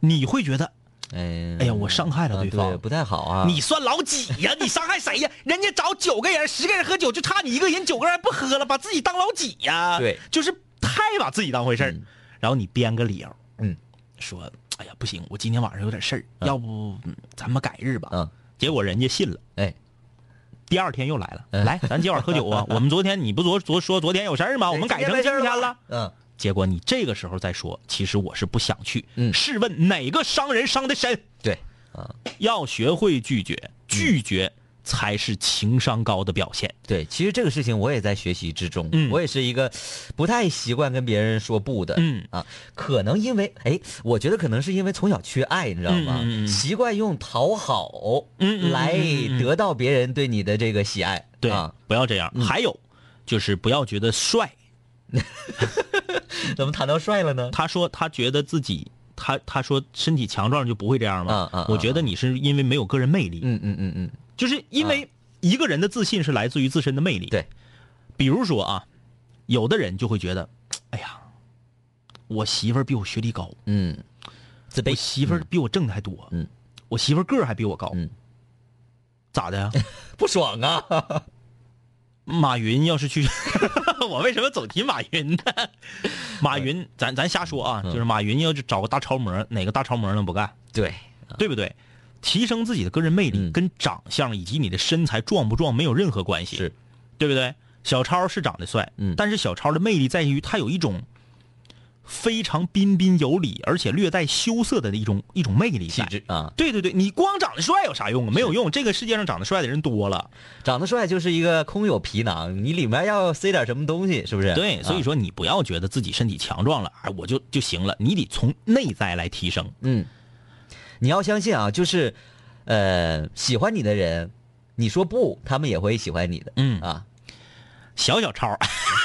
[SPEAKER 1] 你会觉得
[SPEAKER 3] 哎，
[SPEAKER 1] 哎呀我伤害了
[SPEAKER 3] 啊
[SPEAKER 1] 对方
[SPEAKER 3] 不太好啊。
[SPEAKER 1] 你算老几 呀？你伤害谁呀？人家找九个人、十个人喝酒，就差你一个人，九个人不喝了，把自己当老几呀？
[SPEAKER 3] 对，
[SPEAKER 1] 就是太把自己当回事儿。然后你编个理由，
[SPEAKER 3] 嗯，
[SPEAKER 1] 说哎呀不行，我今天晚上有点事儿，要不嗯咱们改日吧。
[SPEAKER 3] 嗯，
[SPEAKER 1] 结果人家信了，
[SPEAKER 3] 哎，
[SPEAKER 1] 第二天又来了，
[SPEAKER 3] 嗯
[SPEAKER 1] 来，咱今晚喝酒 啊！我们昨天你不昨昨说昨天有事儿啊吗？我
[SPEAKER 3] 哎
[SPEAKER 1] 们改成今天了。
[SPEAKER 3] 嗯，
[SPEAKER 1] 结果你这个时候再说，其实我是不想去。
[SPEAKER 3] 嗯
[SPEAKER 1] 试问哪个伤人伤的深？
[SPEAKER 3] 对，
[SPEAKER 1] 要学会拒
[SPEAKER 3] 嗯
[SPEAKER 1] 绝，拒绝才是情商高的表现。
[SPEAKER 3] 对，其实这个事情我也在学习之中，
[SPEAKER 1] 嗯
[SPEAKER 3] 我也是一个不太习惯跟别人说不的，
[SPEAKER 1] 嗯
[SPEAKER 3] 啊，可能因为哎，我觉得可能是因为从小缺爱，你知道吗？
[SPEAKER 1] 嗯嗯嗯嗯
[SPEAKER 3] 习惯用讨好
[SPEAKER 1] 嗯嗯嗯
[SPEAKER 3] 来
[SPEAKER 1] 嗯嗯
[SPEAKER 3] 得到别人对你的这个喜爱，
[SPEAKER 1] 对，
[SPEAKER 3] 啊，
[SPEAKER 1] 不要这样。还有就是不要觉得帅。
[SPEAKER 3] 怎么谈到帅了呢？
[SPEAKER 1] 他说他觉得自己，他他说身体强壮就不会这样吗？
[SPEAKER 3] 嗯嗯嗯
[SPEAKER 1] 我觉得你是因为没有个人魅力，
[SPEAKER 3] 嗯嗯嗯嗯，
[SPEAKER 1] 就是因为一个人的自信是来自于自身的魅力。
[SPEAKER 3] 对，
[SPEAKER 1] 比如说啊，有的人就会觉得，哎呀，我媳妇儿比我学历高，
[SPEAKER 3] 嗯，自
[SPEAKER 1] 我
[SPEAKER 3] 卑，
[SPEAKER 1] 媳妇儿比我挣的还多，
[SPEAKER 3] 嗯，
[SPEAKER 1] 我媳妇儿个儿还比我高，
[SPEAKER 3] 嗯，
[SPEAKER 1] 咋的呀？
[SPEAKER 3] 不爽啊！
[SPEAKER 1] 马云要是去， 我为什么总提马云 呢？马云，咱咱瞎说啊，
[SPEAKER 3] 嗯
[SPEAKER 1] 就是马云要是找个大超模，哪个大超模能不干？
[SPEAKER 3] 对，
[SPEAKER 1] 对不对？提升自己的个人魅力
[SPEAKER 3] 嗯
[SPEAKER 1] 跟长相以及你的身材壮不壮没有任何关系，
[SPEAKER 3] 是，
[SPEAKER 1] 对不对？小超是长得帅，
[SPEAKER 3] 嗯
[SPEAKER 1] 但是小超的魅力在于他有一种非常彬彬有礼，而且略带羞涩的一种一种魅力
[SPEAKER 3] 气
[SPEAKER 1] 在。
[SPEAKER 3] 质啊，
[SPEAKER 1] 对对对，你光长得帅有啥用啊？没有用，这个世界上长得帅的人多了。
[SPEAKER 3] 长得帅就是一个空有皮囊，你里面要塞点什么东西，是不是？
[SPEAKER 1] 对，所以
[SPEAKER 3] 啊
[SPEAKER 1] 说你不要觉得自己身体强壮了，哎，我就就行了。你得从内在来提升。
[SPEAKER 3] 嗯，你要相信啊，就是，呃，喜欢你的人，你说不，他们也会喜欢你的。
[SPEAKER 1] 嗯
[SPEAKER 3] 啊，
[SPEAKER 1] 小小超，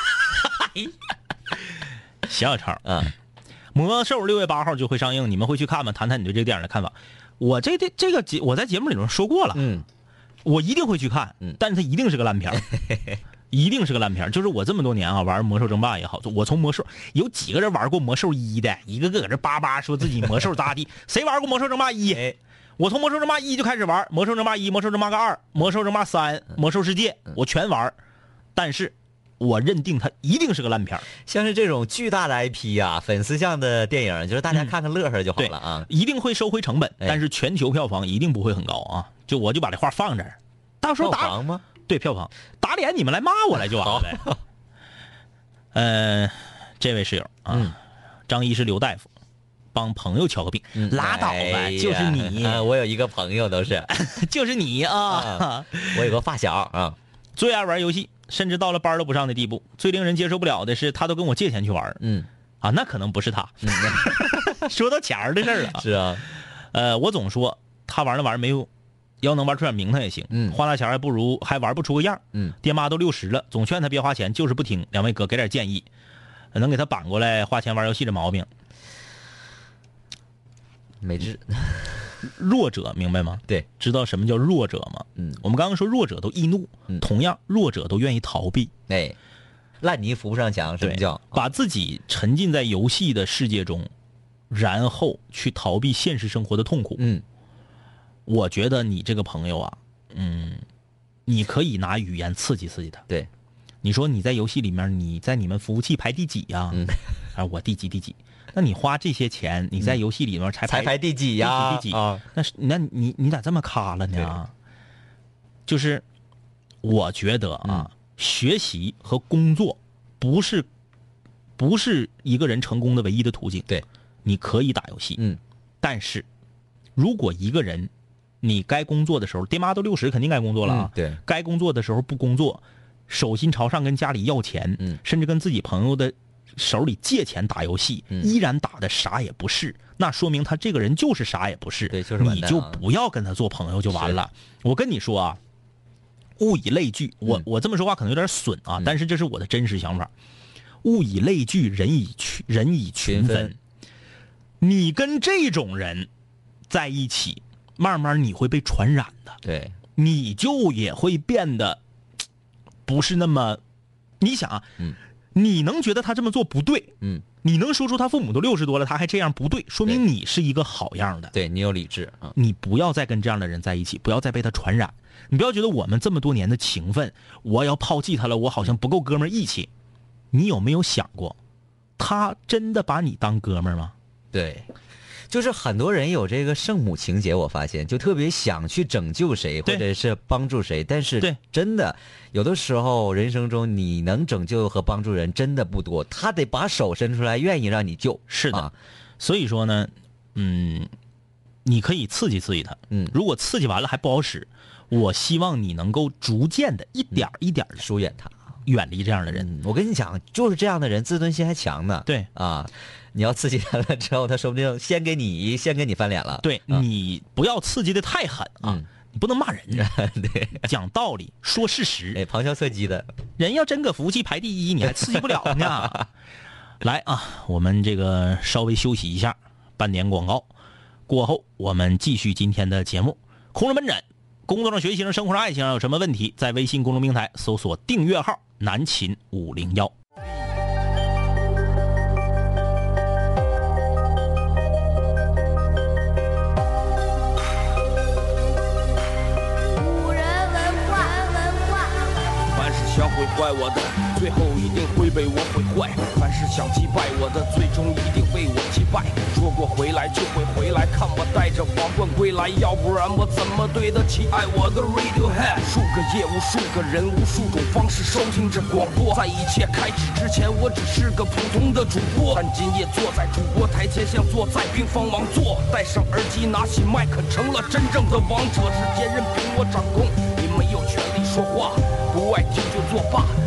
[SPEAKER 1] 小小超，
[SPEAKER 3] 嗯，
[SPEAKER 1] 魔兽六月八号就会上映，你们会去看吗？谈谈你对这个电影的看法。我这这这个节我在节目里面说过了，
[SPEAKER 3] 嗯，
[SPEAKER 1] 我一定会去看
[SPEAKER 3] 嗯，
[SPEAKER 1] 但是它一定是个烂 片儿一定是个烂片儿就是我这么多年啊，玩魔兽争霸也好，我从魔兽有几个人玩过魔兽一的，一个个搁这叭叭说自己魔兽咋 地，谁玩过魔兽争霸一？
[SPEAKER 3] 哎，
[SPEAKER 1] 我从魔兽争霸一就开始玩，魔兽争霸一、魔兽争霸个二、魔兽争霸三、
[SPEAKER 3] 嗯
[SPEAKER 1] 魔兽世界，我全玩儿，但是我认定它一定是个烂片儿
[SPEAKER 3] 像是这种巨大的 IP 啊，粉丝向的电影，就是大家看看乐呵就好
[SPEAKER 1] 对
[SPEAKER 3] 了啊。
[SPEAKER 1] 一定会收回成本，
[SPEAKER 3] 哎
[SPEAKER 1] 但是全球票房一定不会很高啊！就我就把这话放这儿，到时候
[SPEAKER 3] 票
[SPEAKER 1] 打
[SPEAKER 3] 房吗？
[SPEAKER 1] 对票房打脸你们来骂我来就完了呗。 呃，这位室友啊，
[SPEAKER 3] 嗯
[SPEAKER 1] 张医师刘大夫帮朋友瞧个病，
[SPEAKER 3] 嗯
[SPEAKER 1] 拉倒吧，
[SPEAKER 3] 哎呀
[SPEAKER 1] 就是你，
[SPEAKER 3] 啊我有一个朋友 都是，
[SPEAKER 1] 就是你啊
[SPEAKER 3] 啊我有个发小啊，
[SPEAKER 1] 最爱玩游戏，甚至到了班儿都不上的地步。最令人接受不了的是，他都跟我借钱去玩儿
[SPEAKER 3] 嗯，
[SPEAKER 1] 啊，那可能不是他。
[SPEAKER 3] 嗯
[SPEAKER 1] 说到钱儿的事儿了啊，
[SPEAKER 3] 是啊，
[SPEAKER 1] 呃，我总说他玩那玩意儿没用，要能玩出点名堂也行。
[SPEAKER 3] 嗯
[SPEAKER 1] 花大钱儿还不如还玩不出个样儿。
[SPEAKER 3] 嗯，
[SPEAKER 1] 爹妈都六十了，总劝他别花钱，就是不听。两位哥给点建议，呃能给他扳过来花钱玩游戏的毛病。
[SPEAKER 3] 美智，
[SPEAKER 1] 弱者明白吗？
[SPEAKER 3] 对，
[SPEAKER 1] 知道什么叫弱者吗？
[SPEAKER 3] 嗯，
[SPEAKER 1] 我们刚刚说弱者都易怒，
[SPEAKER 3] 嗯
[SPEAKER 1] 同样弱者都愿意逃避。
[SPEAKER 3] 哎，烂泥扶不上墙，什
[SPEAKER 1] 对
[SPEAKER 3] 么叫？
[SPEAKER 1] 把自己沉浸在游戏的世界中，然后去逃避现实生活的痛苦。
[SPEAKER 3] 嗯，
[SPEAKER 1] 我觉得你这个朋友啊，嗯，你可以拿语言刺激刺激他。
[SPEAKER 3] 对，
[SPEAKER 1] 你说你在游戏里面，你在你们服务器排第几呀、 啊？
[SPEAKER 3] 嗯
[SPEAKER 1] 我第几第几？那你花这些钱，你在游戏里面才
[SPEAKER 3] 才
[SPEAKER 1] 排
[SPEAKER 3] 排第几呀？
[SPEAKER 1] 第几第几
[SPEAKER 3] 啊，
[SPEAKER 1] 那是那你你咋这么卡了呢？就是我觉得啊，
[SPEAKER 3] 嗯
[SPEAKER 1] 学习和工作不是不是一个人成功的唯一的途径。
[SPEAKER 3] 对，
[SPEAKER 1] 你可以打游戏，
[SPEAKER 3] 嗯，
[SPEAKER 1] 但是如果一个人你该工作的时候，爹妈都六十，肯定该工作了啊
[SPEAKER 3] 嗯。对，
[SPEAKER 1] 该工作的时候不工作，手心朝上跟家里要钱，
[SPEAKER 3] 嗯
[SPEAKER 1] 甚至跟自己朋友的手里借钱打游戏，
[SPEAKER 3] 嗯
[SPEAKER 1] 依然打的啥也不是，那说明他这个人就是啥也不是，
[SPEAKER 3] 对就是完
[SPEAKER 1] 你
[SPEAKER 3] 蛋啊
[SPEAKER 1] 就不要跟他做朋友就完了。我跟你说啊，物以类聚，我、
[SPEAKER 3] 嗯
[SPEAKER 1] 我这么说话可能有点损啊，但是这是我的真实想法。物以类聚，人以群人以群
[SPEAKER 3] 群
[SPEAKER 1] 分。
[SPEAKER 3] 分
[SPEAKER 1] 你跟这种人在一起，慢慢你会被传染的。
[SPEAKER 3] 对，
[SPEAKER 1] 你就也会变得不是那么，你想啊，
[SPEAKER 3] 嗯
[SPEAKER 1] 你能觉得他这么做不对，
[SPEAKER 3] 嗯，
[SPEAKER 1] 你能说出他父母都六十多了，他还这样不对，说明
[SPEAKER 3] 对
[SPEAKER 1] 你是一个好样的。
[SPEAKER 3] 对你有理智啊，
[SPEAKER 1] 你不要再跟这样的人在一起，不要再被他传染。你不要觉得我们这么多年的情分，我要抛弃他了，我好像不够哥们儿义气。你有没有想过，他真的把你当哥们儿吗？
[SPEAKER 3] 对。就是很多人有这个圣母情节，我发现就特别想去拯救谁，或
[SPEAKER 1] 对
[SPEAKER 3] 者是帮助谁，但是
[SPEAKER 1] 对
[SPEAKER 3] 真的有的时候人生中你能拯救和帮助人真的不多，他得把手伸出来，愿意让你救。
[SPEAKER 1] 是的
[SPEAKER 3] 啊
[SPEAKER 1] 所以说呢，嗯，你可以刺激刺激他，
[SPEAKER 3] 嗯
[SPEAKER 1] 如果刺激完了还不好使，我希望你能够逐渐的一点儿
[SPEAKER 3] 嗯
[SPEAKER 1] 一点的
[SPEAKER 3] 疏远他。
[SPEAKER 1] 远离这样的人。
[SPEAKER 3] 嗯，我跟你讲，就是这样的人自尊心还强呢。
[SPEAKER 1] 对
[SPEAKER 3] 啊，你要刺激他了之后，他说不定先给你先给你翻脸了。
[SPEAKER 1] 对
[SPEAKER 3] 啊
[SPEAKER 1] 你不要刺激的太狠啊
[SPEAKER 3] 嗯，
[SPEAKER 1] 你不能骂人，
[SPEAKER 3] 对，
[SPEAKER 1] 讲道理，说事实。
[SPEAKER 3] 哎，旁敲侧击的，
[SPEAKER 1] 人要真搁服务器排第一，你还刺激不了呢。来啊，我们这个稍微休息一下，半点广告过后，我们继续今天的节目。空中门诊，工作上、学习上、生活上、爱情上有什么问题，在微信公众平台搜索订阅号“南秦五零幺”。
[SPEAKER 4] 古人文化，文化。
[SPEAKER 5] 凡是想毁坏我的，最后一定
[SPEAKER 4] 被我毁坏。凡是想击败我的，最终一定被我击败。说过回来就会回来，看我带着王冠归来，要不然我怎么对得起爱我的 Radiohead？数个夜，无数个人，无数种方式收听着广播。在一切开始之前，我只是个普通的主播，但今夜坐在主播台前，像坐在冰方王座。戴上耳机，拿起麦克，成了真正的王者。时间任凭我掌控，你没有权利说话，不爱听就作罢。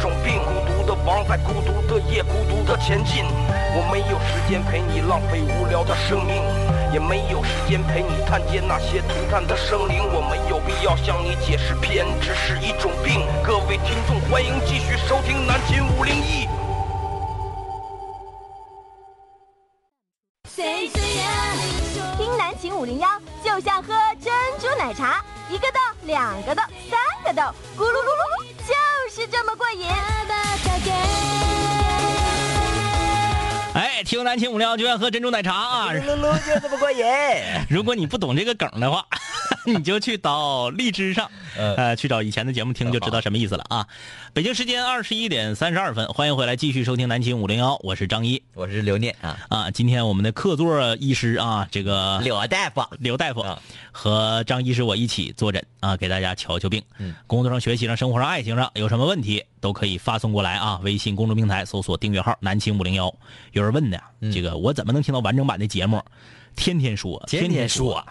[SPEAKER 4] 种病，孤独的王在孤独的夜孤独的前进。我没有时间陪你浪费无聊的生命，也没有时间陪你探街那些涂炭的生灵。我没有必要向你解释偏执是一种病。各位听众，欢迎继续收听南秦五零一。
[SPEAKER 5] 听南秦五零幺，就像喝珍珠奶茶，一个豆，两个豆，三个豆，咕噜噜噜，就是这么过瘾。
[SPEAKER 1] 哎，听南秦五零幺就像喝珍珠奶茶啊！
[SPEAKER 3] 噜噜就这么过瘾。
[SPEAKER 1] 如果你不懂这个梗的话， 你就去到荔枝上，
[SPEAKER 3] 呃
[SPEAKER 1] 呃，去找以前的节目听就知道什么意思了啊。北京时间二十一点三十二分，欢迎回来继续收听南秦五零幺，我是张一
[SPEAKER 3] 我是刘念啊，
[SPEAKER 1] 啊。今天我们的客座医师啊，这个
[SPEAKER 3] 柳大夫，
[SPEAKER 1] 刘大夫
[SPEAKER 3] 啊
[SPEAKER 1] 和张医师我一起坐诊啊，给大家瞧瞧病。
[SPEAKER 3] 嗯
[SPEAKER 1] 工作上、学习上、生活上、爱情上有什么问题，都可以发送过来啊。微信公众平台搜索订阅号“南青五零幺”。有人问的，
[SPEAKER 3] 嗯
[SPEAKER 1] 这个我怎么能听到完整版的节目？天天说，
[SPEAKER 3] 天天
[SPEAKER 1] 天说。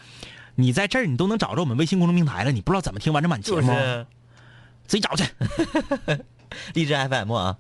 [SPEAKER 1] 你在这儿，你都能找着我们微信公众平台了，你不知道怎么听完整版节目，自己找去。
[SPEAKER 3] 荔枝 FM 啊，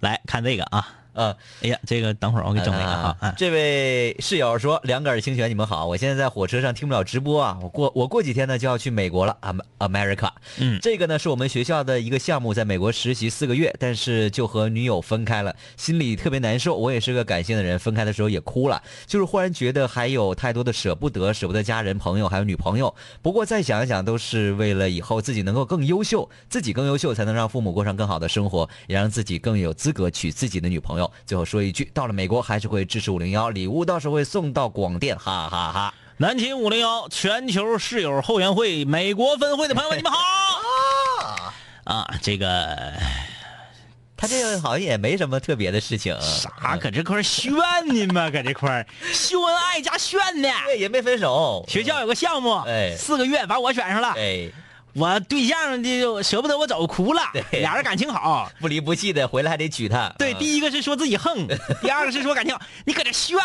[SPEAKER 1] 来看这个啊，
[SPEAKER 3] 呃，
[SPEAKER 1] 哎呀，这个等会儿我给整一个啊，哎
[SPEAKER 3] 这位室友说：“两杆儿清泉，你们好，我现在在火车上听不了直播啊，我过我过几天呢就要去美国了啊，America。
[SPEAKER 1] 嗯
[SPEAKER 3] 这个呢是我们学校的一个项目，在美国实习四个月，但是就和女友分开了，心里特别难受。我也是个感性的人，分开的时候也哭了，就是忽然觉得还有太多的舍不得，舍不得家人、朋友还有女朋友。不过再想一想，都是为了以后自己能够更优秀，自己更优秀才能让父母过上更好的生活，也让自己更有资格娶自己的女朋友。最后说一句，到了美国还是会支持五零幺，礼物到时候会送到广电，哈哈哈。
[SPEAKER 1] 南秦五零幺全球室友后援会美国分会的朋友们，你们好啊！这个
[SPEAKER 3] 他这个好像也没什么特别的事情啊，
[SPEAKER 1] 啥搁这块儿炫呢嘛，搁这块儿秀恩爱加炫呢。
[SPEAKER 3] 对，也没分手，
[SPEAKER 1] 学校有个项目，
[SPEAKER 3] 哎
[SPEAKER 1] 四个月把我选上 了，
[SPEAKER 3] 哎。
[SPEAKER 1] 我对象就舍不得我走，哭了，
[SPEAKER 3] 对啊
[SPEAKER 1] 俩人感情好。
[SPEAKER 3] 不离不弃的，回来还得娶她。
[SPEAKER 1] 对，
[SPEAKER 3] 啊
[SPEAKER 1] 第一个是说自己 横，第二个是说感情好，你搁这炫，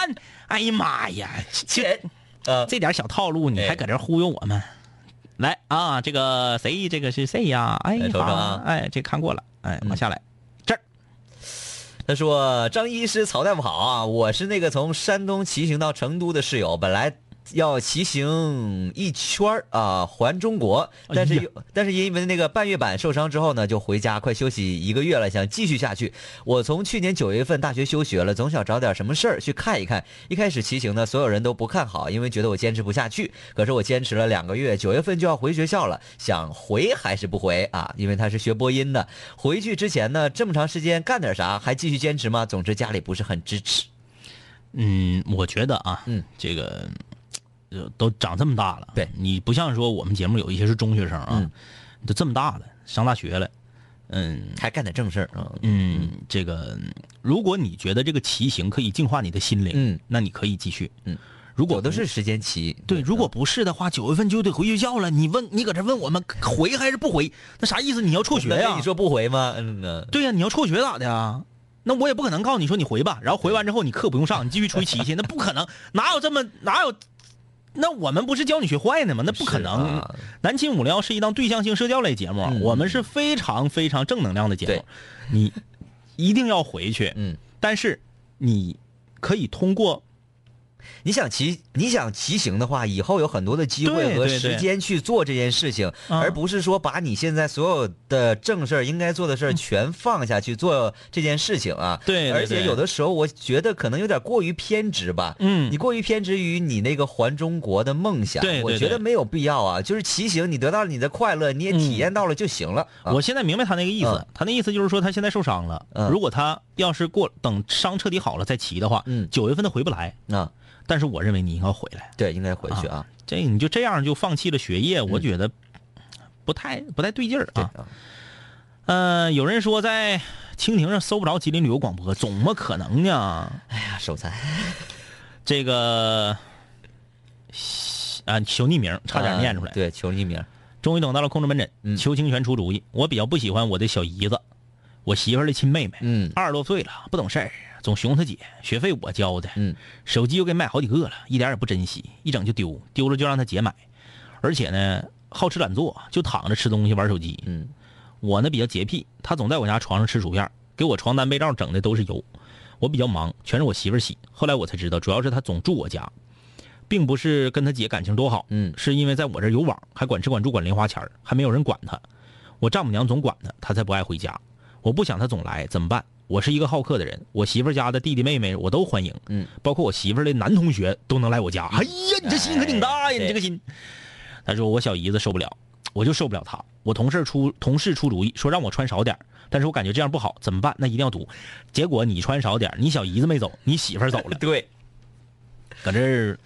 [SPEAKER 1] 哎呀妈呀，这
[SPEAKER 3] 这呃，
[SPEAKER 1] 这点小套路你
[SPEAKER 3] 哎
[SPEAKER 1] 还搁这忽悠我们？来啊，这个谁，这个是谁呀？哎
[SPEAKER 3] 瞅瞅
[SPEAKER 1] 好
[SPEAKER 3] 啊
[SPEAKER 1] 哎，这看过了，哎，往下来，这儿
[SPEAKER 3] 他说张医师、曹大夫好啊，我是那个从山东骑行到成都的室友，本来。要骑行一圈儿啊，环中国，但是、
[SPEAKER 1] 哎呀
[SPEAKER 3] 又但是因为那个半月板受伤之后呢，就回家快休息一个月了，想继续下去。我从去年九月份大学休学了，总想找点什么事儿去看一看。一开始骑行呢，所有人都不看好，因为觉得我坚持不下去。可是我坚持了两个月，九月份就要回学校了，想回还是不回啊？因为他是学播音的，回去之前呢，这么长时间干点啥，还继续坚持吗？总之家里不是很 支持。
[SPEAKER 1] 嗯，我觉得啊，
[SPEAKER 3] 嗯，
[SPEAKER 1] 这个呃都长这么大了，
[SPEAKER 3] 对
[SPEAKER 1] 你不像说我们节目有一些是中学生啊，
[SPEAKER 3] 嗯
[SPEAKER 1] 都这么大了，上大学了，嗯
[SPEAKER 3] 还干点正事儿啊。
[SPEAKER 1] 嗯，这个如果你觉得这个骑行可以净化你的心灵，
[SPEAKER 3] 嗯，
[SPEAKER 1] 那你可以继续，
[SPEAKER 3] 嗯，
[SPEAKER 1] 如
[SPEAKER 3] 我
[SPEAKER 1] 果
[SPEAKER 3] 都
[SPEAKER 1] 不
[SPEAKER 3] 是时间骑，
[SPEAKER 1] 对，如果
[SPEAKER 3] 嗯
[SPEAKER 1] 不是的话，九月份就得回学校了，你问你搁这问我们回还是不回，那啥意思？你要辍学
[SPEAKER 3] 那
[SPEAKER 1] 呀？
[SPEAKER 3] 你说不回吗？嗯呢，
[SPEAKER 1] 对呀、你要辍学咋的呀？那我也不可能告诉你说你回吧，然后回完之后你课不用上，你继续出去骑去，那不可能，哪有这么哪有？那我们不是教你学坏呢吗？那不可能。
[SPEAKER 3] 是啊
[SPEAKER 1] 南秦五零幺是一档对象性社交类节目，
[SPEAKER 3] 嗯
[SPEAKER 1] 我们是非常非常正能量的节目
[SPEAKER 3] 对，
[SPEAKER 1] 你一定要回去，
[SPEAKER 3] 嗯
[SPEAKER 1] 但是你可以通过
[SPEAKER 3] 你想骑，你想骑行的话，以后有很多的机会
[SPEAKER 1] 对
[SPEAKER 3] 和
[SPEAKER 1] 对
[SPEAKER 3] 时
[SPEAKER 1] 对
[SPEAKER 3] 间去做这件事情，
[SPEAKER 1] 嗯
[SPEAKER 3] 而不是说把你现在所有的正事儿、应该做的事儿全放下去做这件事情啊。
[SPEAKER 1] 对对
[SPEAKER 3] 而且
[SPEAKER 1] 对
[SPEAKER 3] 有的时候我觉得可能有点过于偏执吧。
[SPEAKER 1] 嗯
[SPEAKER 3] 你过于偏执于你那个环中国的梦想，
[SPEAKER 1] 对对
[SPEAKER 3] 我
[SPEAKER 1] 对
[SPEAKER 3] 觉得没有必要啊。就是骑行，你得到了你的快乐，你也体验到了就行了。啊
[SPEAKER 1] 我现在明白他那个意
[SPEAKER 3] 嗯
[SPEAKER 1] 思，他那意思就是说他现在受伤了
[SPEAKER 3] 嗯，
[SPEAKER 1] 如果他要是过等伤彻底好了再骑的话
[SPEAKER 3] 嗯，
[SPEAKER 1] 九月份他回不来。
[SPEAKER 3] 啊，
[SPEAKER 1] 但是我认为你应该回来，
[SPEAKER 3] 对，应该回去啊。
[SPEAKER 1] 这你就这样就放弃了学业，我觉得不太不太对劲儿
[SPEAKER 3] 嗯对
[SPEAKER 1] 啊。呃，有人说在蜻蜓上搜不着吉林旅游广播，怎么可能呢？
[SPEAKER 3] 哎呀，手残，
[SPEAKER 1] 这个啊，求匿名，差点念出来。
[SPEAKER 3] 啊对，求匿名。
[SPEAKER 1] 终于等到了控制门诊，
[SPEAKER 3] 嗯
[SPEAKER 1] 邱清泉出主意。我比较不喜欢我的小姨子，我媳妇儿的亲妹妹，
[SPEAKER 3] 嗯
[SPEAKER 1] 二十多岁了，不懂事儿，啊总熊她姐，学费我交的，
[SPEAKER 3] 嗯
[SPEAKER 1] 手机又给买好几个了，一点也不珍惜，一整就丢，丢了就让她姐买，而且呢，好吃懒做，就躺着吃东西玩手机。
[SPEAKER 3] 嗯，
[SPEAKER 1] 我呢比较洁癖，她总在我家床上吃薯片儿，给我床单被罩整的都是油。我比较忙，全是我媳妇儿洗。后来我才知道，主要是她总住我家，并不是跟她姐感情多好，
[SPEAKER 3] 嗯
[SPEAKER 1] 是因为在我这儿有网，还管吃管住管零花钱儿，还没有人管她。我丈母娘总管她，她才不爱回家。我不想她总来，怎么办？我是一个好客的人，我媳妇儿家的弟弟妹妹我都欢迎，
[SPEAKER 3] 嗯，
[SPEAKER 1] 包括我媳妇儿的男同学都能来我家。哎呀，你这心可挺大呀，
[SPEAKER 3] 哎，
[SPEAKER 1] 啊你这个心。他说我小姨子受不了，我就受不了她。我同事出同事出主意说让我穿少点儿，但是我感觉这样不好，怎么办？那一定要读。结果你穿少点儿，你小姨子没走，你媳妇儿走了
[SPEAKER 3] 对
[SPEAKER 1] 搁这儿，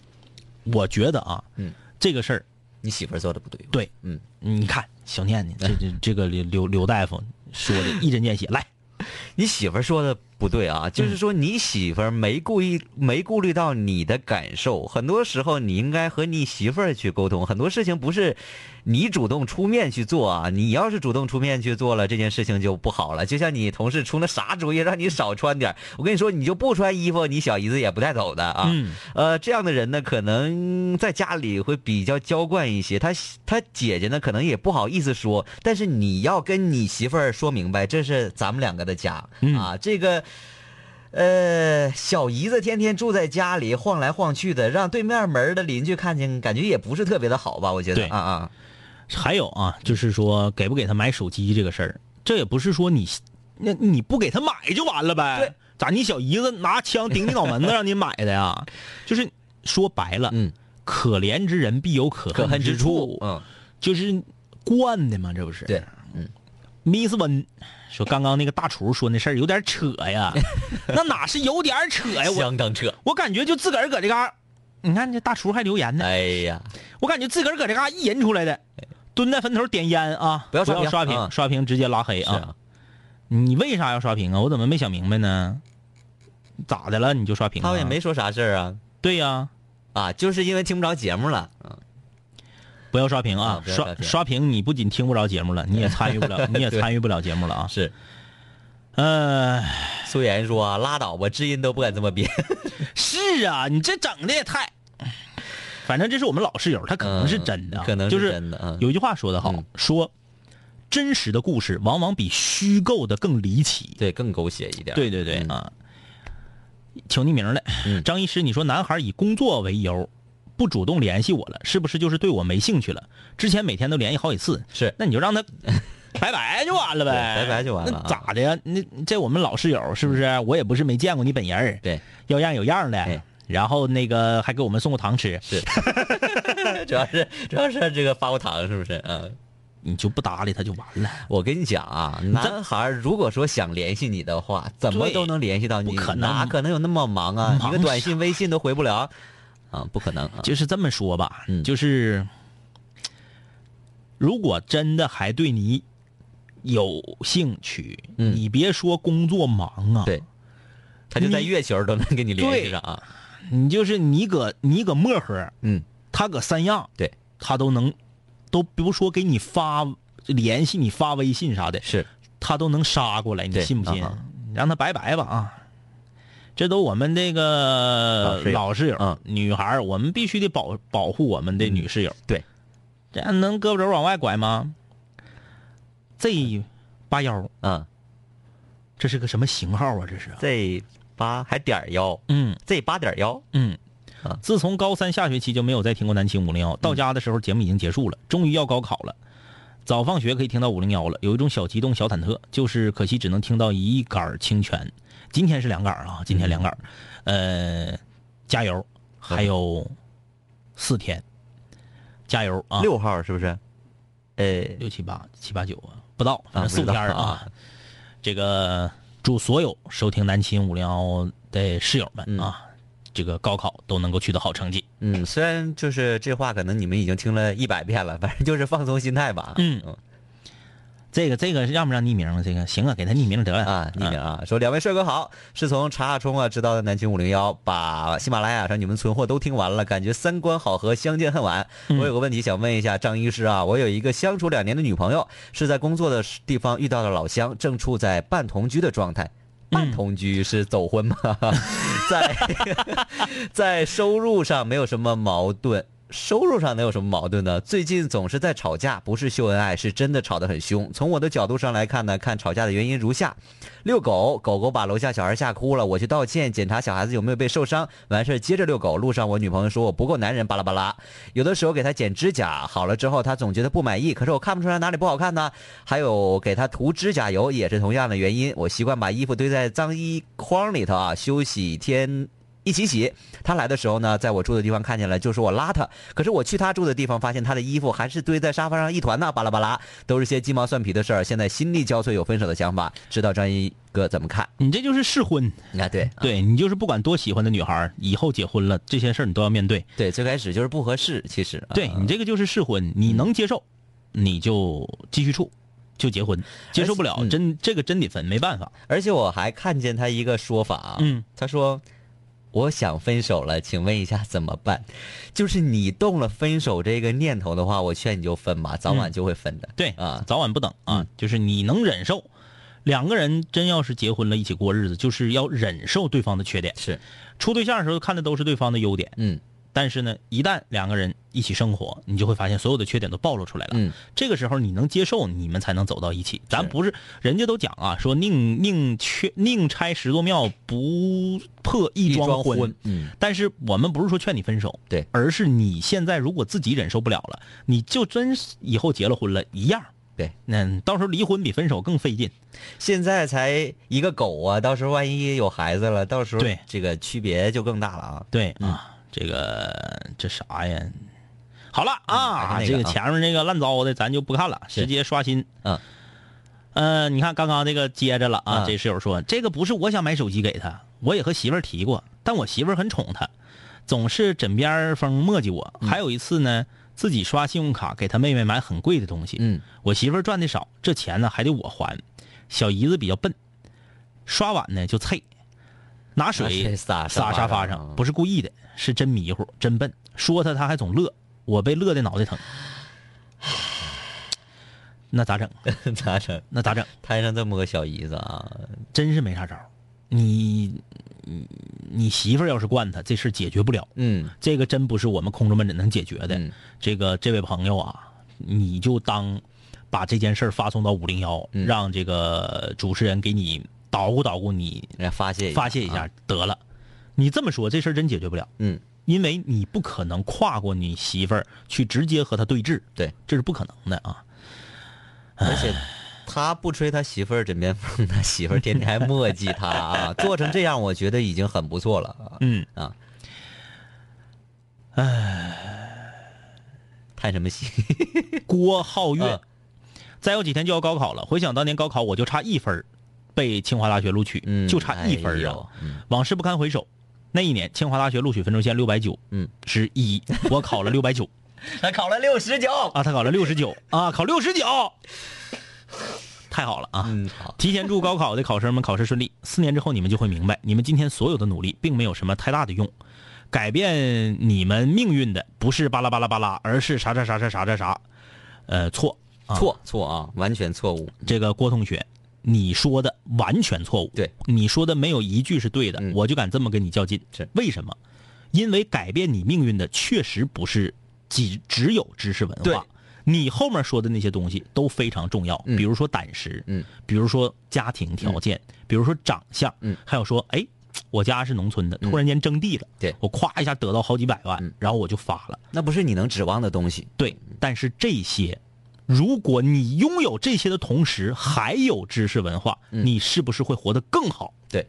[SPEAKER 1] 我觉得啊，
[SPEAKER 3] 嗯，
[SPEAKER 1] 这个事儿，
[SPEAKER 3] 你媳妇儿做的不对。
[SPEAKER 1] 对
[SPEAKER 3] 嗯，
[SPEAKER 1] 你看小念念这这这个刘刘刘大夫说的一针见血，来，
[SPEAKER 3] 你媳妇儿说的不对啊，就是说你媳妇儿没顾意没顾虑到你的感受，很多时候你应该和你媳妇儿去沟通，很多事情不是你主动出面去做啊，你要是主动出面去做了，这件事情就不好了。就像你同事出那啥主意让你少穿点儿，我跟你说，你就不穿衣服，你小姨子也不带走的啊。
[SPEAKER 1] 嗯
[SPEAKER 3] 呃，这样的人呢，可能嗯在家里会比较娇惯一些。他他姐姐呢，可能也不好意思说，但是你要跟你媳妇儿说明白，这是咱们两个的家、
[SPEAKER 1] 嗯
[SPEAKER 3] 啊，这个。呃，小姨子天天住在家里晃来晃去的，让对面门儿的邻居看见，感觉也不是特别的好吧？我觉得
[SPEAKER 1] 对
[SPEAKER 3] 啊啊，
[SPEAKER 1] 还有啊，就是说给不给他买手机这个事儿，这也不是说你那你不给他买就完了
[SPEAKER 3] 对
[SPEAKER 1] 呗？咋你小姨子拿枪顶你脑门子让你买的 呀？就是说白了，
[SPEAKER 3] 嗯，
[SPEAKER 1] 可怜之人必有可
[SPEAKER 3] 可恨
[SPEAKER 1] 恨
[SPEAKER 3] 之
[SPEAKER 1] 处
[SPEAKER 3] 处，，嗯，
[SPEAKER 1] 就是惯的嘛，这不是？
[SPEAKER 3] 对，嗯
[SPEAKER 1] Miss 温说：“刚刚那个大厨说那事儿有点扯 呀，那哪是有点扯呀？我
[SPEAKER 3] 相当扯，
[SPEAKER 1] 我感觉就自个儿搁这嘎，你看这大厨还留言呢，
[SPEAKER 3] 哎呀，
[SPEAKER 1] 我感觉自个儿搁这嘎一人出来的，蹲在坟头点烟啊，
[SPEAKER 3] 不要
[SPEAKER 1] 不
[SPEAKER 3] 刷
[SPEAKER 1] 要
[SPEAKER 3] 屏
[SPEAKER 1] 刷屏，
[SPEAKER 3] 啊
[SPEAKER 1] 刷屏直接拉黑
[SPEAKER 3] 是
[SPEAKER 1] 啊！，你为啥要刷屏啊？我怎么没想明白呢？咋的了？你就刷屏、啊？
[SPEAKER 3] 他也没说啥事儿啊，
[SPEAKER 1] 对呀、
[SPEAKER 3] 啊，就是因为听不着节目了，嗯
[SPEAKER 1] 不要刷屏啊
[SPEAKER 3] 啊！不要刷
[SPEAKER 1] 刷
[SPEAKER 3] 屏
[SPEAKER 1] 刷屏，你不仅听不着节目了， 你也参与不了，你也
[SPEAKER 3] 对
[SPEAKER 1] 参与不了节目了啊！
[SPEAKER 3] 是。
[SPEAKER 1] 呃，
[SPEAKER 3] 苏妍说啊：“拉倒吧，知音都不敢这么编。
[SPEAKER 1] 是啊，你这整的也太……反正这是我们老室友，他可能是真的啊，
[SPEAKER 3] 嗯可能
[SPEAKER 1] 就是
[SPEAKER 3] 真的嗯
[SPEAKER 1] 有一句话说得好，
[SPEAKER 3] 嗯
[SPEAKER 1] 说真实的故事往往比虚构的更离奇。
[SPEAKER 3] 对，更狗血一点。
[SPEAKER 1] 对对对、
[SPEAKER 3] 嗯
[SPEAKER 1] 啊！求匿名的、
[SPEAKER 3] 嗯
[SPEAKER 1] 张医师，你说男孩以工作为由不主动联系我了，是不是就是对我没兴趣了？之前每天都联系好几次，
[SPEAKER 3] 是
[SPEAKER 1] 那你就让他 拜拜就完了呗，
[SPEAKER 3] 对拜拜就完了啊
[SPEAKER 1] 那
[SPEAKER 3] 嗯
[SPEAKER 1] 咋的呀？那这我们老室友是不是？我也不是没见过你本人儿，
[SPEAKER 3] 对，
[SPEAKER 1] 要样有样
[SPEAKER 3] 哎
[SPEAKER 1] 的。然后那个还给我们送过糖吃，
[SPEAKER 3] 主要是主要是这个发过糖，是不是？嗯，
[SPEAKER 1] 你就不搭理他就完了，
[SPEAKER 3] 我跟你讲啊，男孩儿如果说想联系你的话，怎么
[SPEAKER 1] 对
[SPEAKER 3] 都能联系到你，
[SPEAKER 1] 不可能
[SPEAKER 3] 哪可能有那么忙啊？
[SPEAKER 1] 忙
[SPEAKER 3] 一个短信、微信都回不了啊，不可能啊。
[SPEAKER 1] 就是这么说吧，
[SPEAKER 3] 嗯
[SPEAKER 1] 就是如果真的还对你有兴趣，
[SPEAKER 3] 嗯
[SPEAKER 1] 你别说工作忙啊，
[SPEAKER 3] 对，他就在
[SPEAKER 1] 你
[SPEAKER 3] 月球都能跟你联系上啊。
[SPEAKER 1] 你就是你搁你搁漠河，
[SPEAKER 3] 嗯，
[SPEAKER 1] 他搁三亚，
[SPEAKER 3] 对，
[SPEAKER 1] 他都能都不用说给你发联系你发微信啥的，
[SPEAKER 3] 是
[SPEAKER 1] 他都能杀过来，你
[SPEAKER 3] 对
[SPEAKER 1] 信不信
[SPEAKER 3] 啊啊？
[SPEAKER 1] 你让他拜拜吧啊！这都我们这个
[SPEAKER 3] 老室友
[SPEAKER 1] 老室友，
[SPEAKER 3] 嗯
[SPEAKER 1] 女孩儿，我们必须得保保护我们的女室友。
[SPEAKER 3] 对，
[SPEAKER 1] 这样能胳膊肘往外拐吗？Z 八幺，
[SPEAKER 3] 嗯
[SPEAKER 1] 这是个什么型号啊？这是？
[SPEAKER 3] ，Z 八还点儿幺
[SPEAKER 1] 嗯
[SPEAKER 3] ，Z 八点儿幺，
[SPEAKER 1] 嗯，
[SPEAKER 3] 啊嗯
[SPEAKER 1] 自从高三下学期就没有再听过南青五零幺，到家的时候节目已经结束了，终于要高考了。早放学可以听到五零幺了，有一种小激动、小忐忑，就是可惜只能听到一杆儿清泉。今天是两杆儿啊，今天两杆儿，
[SPEAKER 3] 嗯
[SPEAKER 1] 呃，加油，还有四天，加油啊！
[SPEAKER 3] 六号是不是？呃，
[SPEAKER 1] 六七八七八九啊，不到，反
[SPEAKER 3] 啊
[SPEAKER 1] 正四五
[SPEAKER 3] 不
[SPEAKER 1] 天
[SPEAKER 3] 到
[SPEAKER 1] 儿
[SPEAKER 3] 啊
[SPEAKER 1] 啊。这个祝所有收听南秦五零幺的室友们啊，这个高考都能够取得好成绩。
[SPEAKER 3] 嗯，虽然就是这话可能你们已经听了一百遍了，反正就是放松心态吧。
[SPEAKER 1] 嗯这个这个让不让匿名啊？这个行啊，给他匿名得了
[SPEAKER 3] 啊，匿名啊，说两位帅哥好，是从查哈冲啊知道的南青五零幺，把喜马拉雅上你们存货都听完了，感觉三观好合，相见恨晚。我有个问题想问一下张医师啊，我有一个相处两年的女朋友，是在工作的地方遇到了老乡，正处在半同居的状态。半同居是走婚吗？ 在 在收入上没有什么矛盾。收入上能有什么矛盾呢？最近总是在吵架，不是秀恩爱，是真的吵得很凶。从我的角度上来看呢，看吵架的原因如下：遛狗，狗狗把楼下小孩吓哭了，我去道歉，检查小孩子有没有被受伤，完事儿接着遛狗。路上我女朋友说我不够男人，巴拉巴拉。有的时候给她剪指甲，好了之后她总觉得不满意，可是我看不出来哪里不好看呢。还有给她涂指甲油也是同样的原因，我习惯把衣服堆在脏衣筐里头啊，休息天一起洗。他来的时候呢，在我住的地方看见了，就说我邋遢。可是我去他住的地方，发现他的衣服还是堆在沙发上一团呢，巴拉巴拉，都是些鸡毛蒜皮的事儿。现在心力交瘁，有分手的想法，知道张一哥怎么看？
[SPEAKER 1] 你这就是试婚，
[SPEAKER 3] 啊，对
[SPEAKER 1] 对你就是不管多喜欢的女孩儿，以后结婚了这些事儿你都要面对。
[SPEAKER 3] 对，最开始就是不合适，其实啊
[SPEAKER 1] 对你这个就是试婚，你能接受，你就继续处，就结婚；接受不了，
[SPEAKER 3] 嗯
[SPEAKER 1] 真这个真得分，没办法。
[SPEAKER 3] 而且我还看见他一个说法啊，
[SPEAKER 1] 嗯
[SPEAKER 3] 他说我想分手了，请问一下怎么办？就是你动了分手这个念头的话，我劝你就分吧，早
[SPEAKER 1] 嗯
[SPEAKER 3] 晚就会分的。
[SPEAKER 1] 对
[SPEAKER 3] 啊
[SPEAKER 1] 早晚不等啊，
[SPEAKER 3] 嗯
[SPEAKER 1] 就是你能忍受。两个人真要是结婚了，一起过日子，就是要忍受对方的缺点。
[SPEAKER 3] 是，
[SPEAKER 1] 处对象的时候看的都是对方的优点，
[SPEAKER 3] 嗯
[SPEAKER 1] 但是呢，一旦两个人一起生活，你就会发现所有的缺点都暴露出来了。
[SPEAKER 3] 嗯，
[SPEAKER 1] 这个时候你能接受，你们才能走到一起。咱不是人家都讲啊，说宁宁缺宁拆十座庙，不破一桩婚。
[SPEAKER 3] 嗯，
[SPEAKER 1] 但是我们不是说劝你分手，
[SPEAKER 3] 对
[SPEAKER 1] 而是你现在如果自己忍受不了了，你就真是以后结了婚了一样。
[SPEAKER 3] 对，
[SPEAKER 1] 嗯，到时候离婚比分手更费劲。
[SPEAKER 3] 现在才一个狗啊，到时候万一有孩子了，到时候
[SPEAKER 1] 对
[SPEAKER 3] 这个区别就更大了啊。
[SPEAKER 1] 对啊，这个这啥呀？好了啊，
[SPEAKER 3] 还是那
[SPEAKER 1] 这
[SPEAKER 3] 个啊
[SPEAKER 1] 个前面那个烂糟的咱就不看了，
[SPEAKER 3] 是
[SPEAKER 1] 直接刷新。
[SPEAKER 3] 嗯，
[SPEAKER 1] 呃，你看刚刚这个接着了啊，
[SPEAKER 3] 嗯
[SPEAKER 1] 这室友说这个不是我想买手机给他，我也和媳妇儿提过，但我媳妇儿很宠他，总是枕边风墨迹我。
[SPEAKER 3] 嗯
[SPEAKER 1] 还有一次呢，自己刷信用卡给他妹妹买很贵的东西，
[SPEAKER 3] 嗯，
[SPEAKER 1] 我媳妇儿赚的少，这钱呢还得我还。小姨子比较笨，刷碗呢就啐，拿
[SPEAKER 3] 拿水
[SPEAKER 1] 水
[SPEAKER 3] 洒
[SPEAKER 1] 洒
[SPEAKER 3] 哎沙
[SPEAKER 1] 沙
[SPEAKER 3] 发
[SPEAKER 1] 发
[SPEAKER 3] 上啊
[SPEAKER 1] 上，不是故意的，是真迷糊，真笨。说他他还总乐，我被乐的脑袋疼。那咋整？ 啊
[SPEAKER 3] 咋整？
[SPEAKER 1] 那咋整？
[SPEAKER 3] 摊上这么个小姨子啊，
[SPEAKER 1] 真是没啥招儿。你你你媳妇儿要是惯他，这事儿解决不了。
[SPEAKER 3] 嗯，
[SPEAKER 1] 这个真不是我们空中门诊能解决的。
[SPEAKER 3] 嗯
[SPEAKER 1] 这个这位朋友啊，你就当把这件事儿发送到五零幺，
[SPEAKER 3] 嗯
[SPEAKER 1] 让这个主持人给你捣鼓捣鼓你，
[SPEAKER 3] 来发泄
[SPEAKER 1] 发泄一下、
[SPEAKER 3] 啊，
[SPEAKER 1] 得了。你这么说，这事儿真解决不了，
[SPEAKER 3] 嗯，
[SPEAKER 1] 因为你不可能跨过你媳妇儿去直接和她对峙，
[SPEAKER 3] 对，
[SPEAKER 1] 这是不可能的啊。
[SPEAKER 3] 而且。他不吹他媳妇儿枕边风，他媳妇儿天天还墨迹他啊，做成这样，我觉得已经很不错了啊。
[SPEAKER 1] 嗯
[SPEAKER 3] 啊，唉，叹什么气？
[SPEAKER 1] 郭皓月
[SPEAKER 3] 嗯，
[SPEAKER 1] 再有几天就要高考了。回想当年高考，我就差一分儿被清华大学录取，
[SPEAKER 3] 嗯
[SPEAKER 1] 就差一分
[SPEAKER 3] 哎
[SPEAKER 1] 儿啊
[SPEAKER 3] 呦！嗯
[SPEAKER 1] 往事不堪回首，那一年清华大学录取分数线六百九，
[SPEAKER 3] 嗯，
[SPEAKER 1] 十一，我考了六百 九
[SPEAKER 3] 他考了六十九。
[SPEAKER 1] 啊，他考了六十九啊，考六十 九，太好了啊！
[SPEAKER 3] 嗯，好，
[SPEAKER 1] 提前祝高考的考生们考试顺利。四年之后，你们就会明白，你们今天所有的努力并没有什么太大的用。改变你们命运的不是巴拉巴拉巴拉，而是啥啥啥啥啥啥啥，呃，错啊
[SPEAKER 3] 错错啊，完全错误。
[SPEAKER 1] 这个郭同学，你说的完全错误。
[SPEAKER 3] 对，
[SPEAKER 1] 你说的没有一句是对的，
[SPEAKER 3] 嗯
[SPEAKER 1] 我就敢这么跟你较劲。
[SPEAKER 3] 是
[SPEAKER 1] 为什么？因为改变你命运的确实不是只只有知识文
[SPEAKER 3] 对
[SPEAKER 1] 化，你后面说的那些东西都非常重要，
[SPEAKER 3] 嗯
[SPEAKER 1] 比如说胆识，
[SPEAKER 3] 嗯，
[SPEAKER 1] 比如说家庭条件，比如说长相，
[SPEAKER 3] 嗯，
[SPEAKER 1] 还有说，哎，我家是农村的，突然间征地了，
[SPEAKER 3] 对
[SPEAKER 1] 我咵一下得到好几百万，
[SPEAKER 3] 嗯
[SPEAKER 1] 然后我就发了。
[SPEAKER 3] 那不是你能指望的东西。
[SPEAKER 1] 对，但是这些，如果你拥有这些的同时还有知识文化，
[SPEAKER 3] 嗯
[SPEAKER 1] 你是不是会活得更好？
[SPEAKER 3] 对，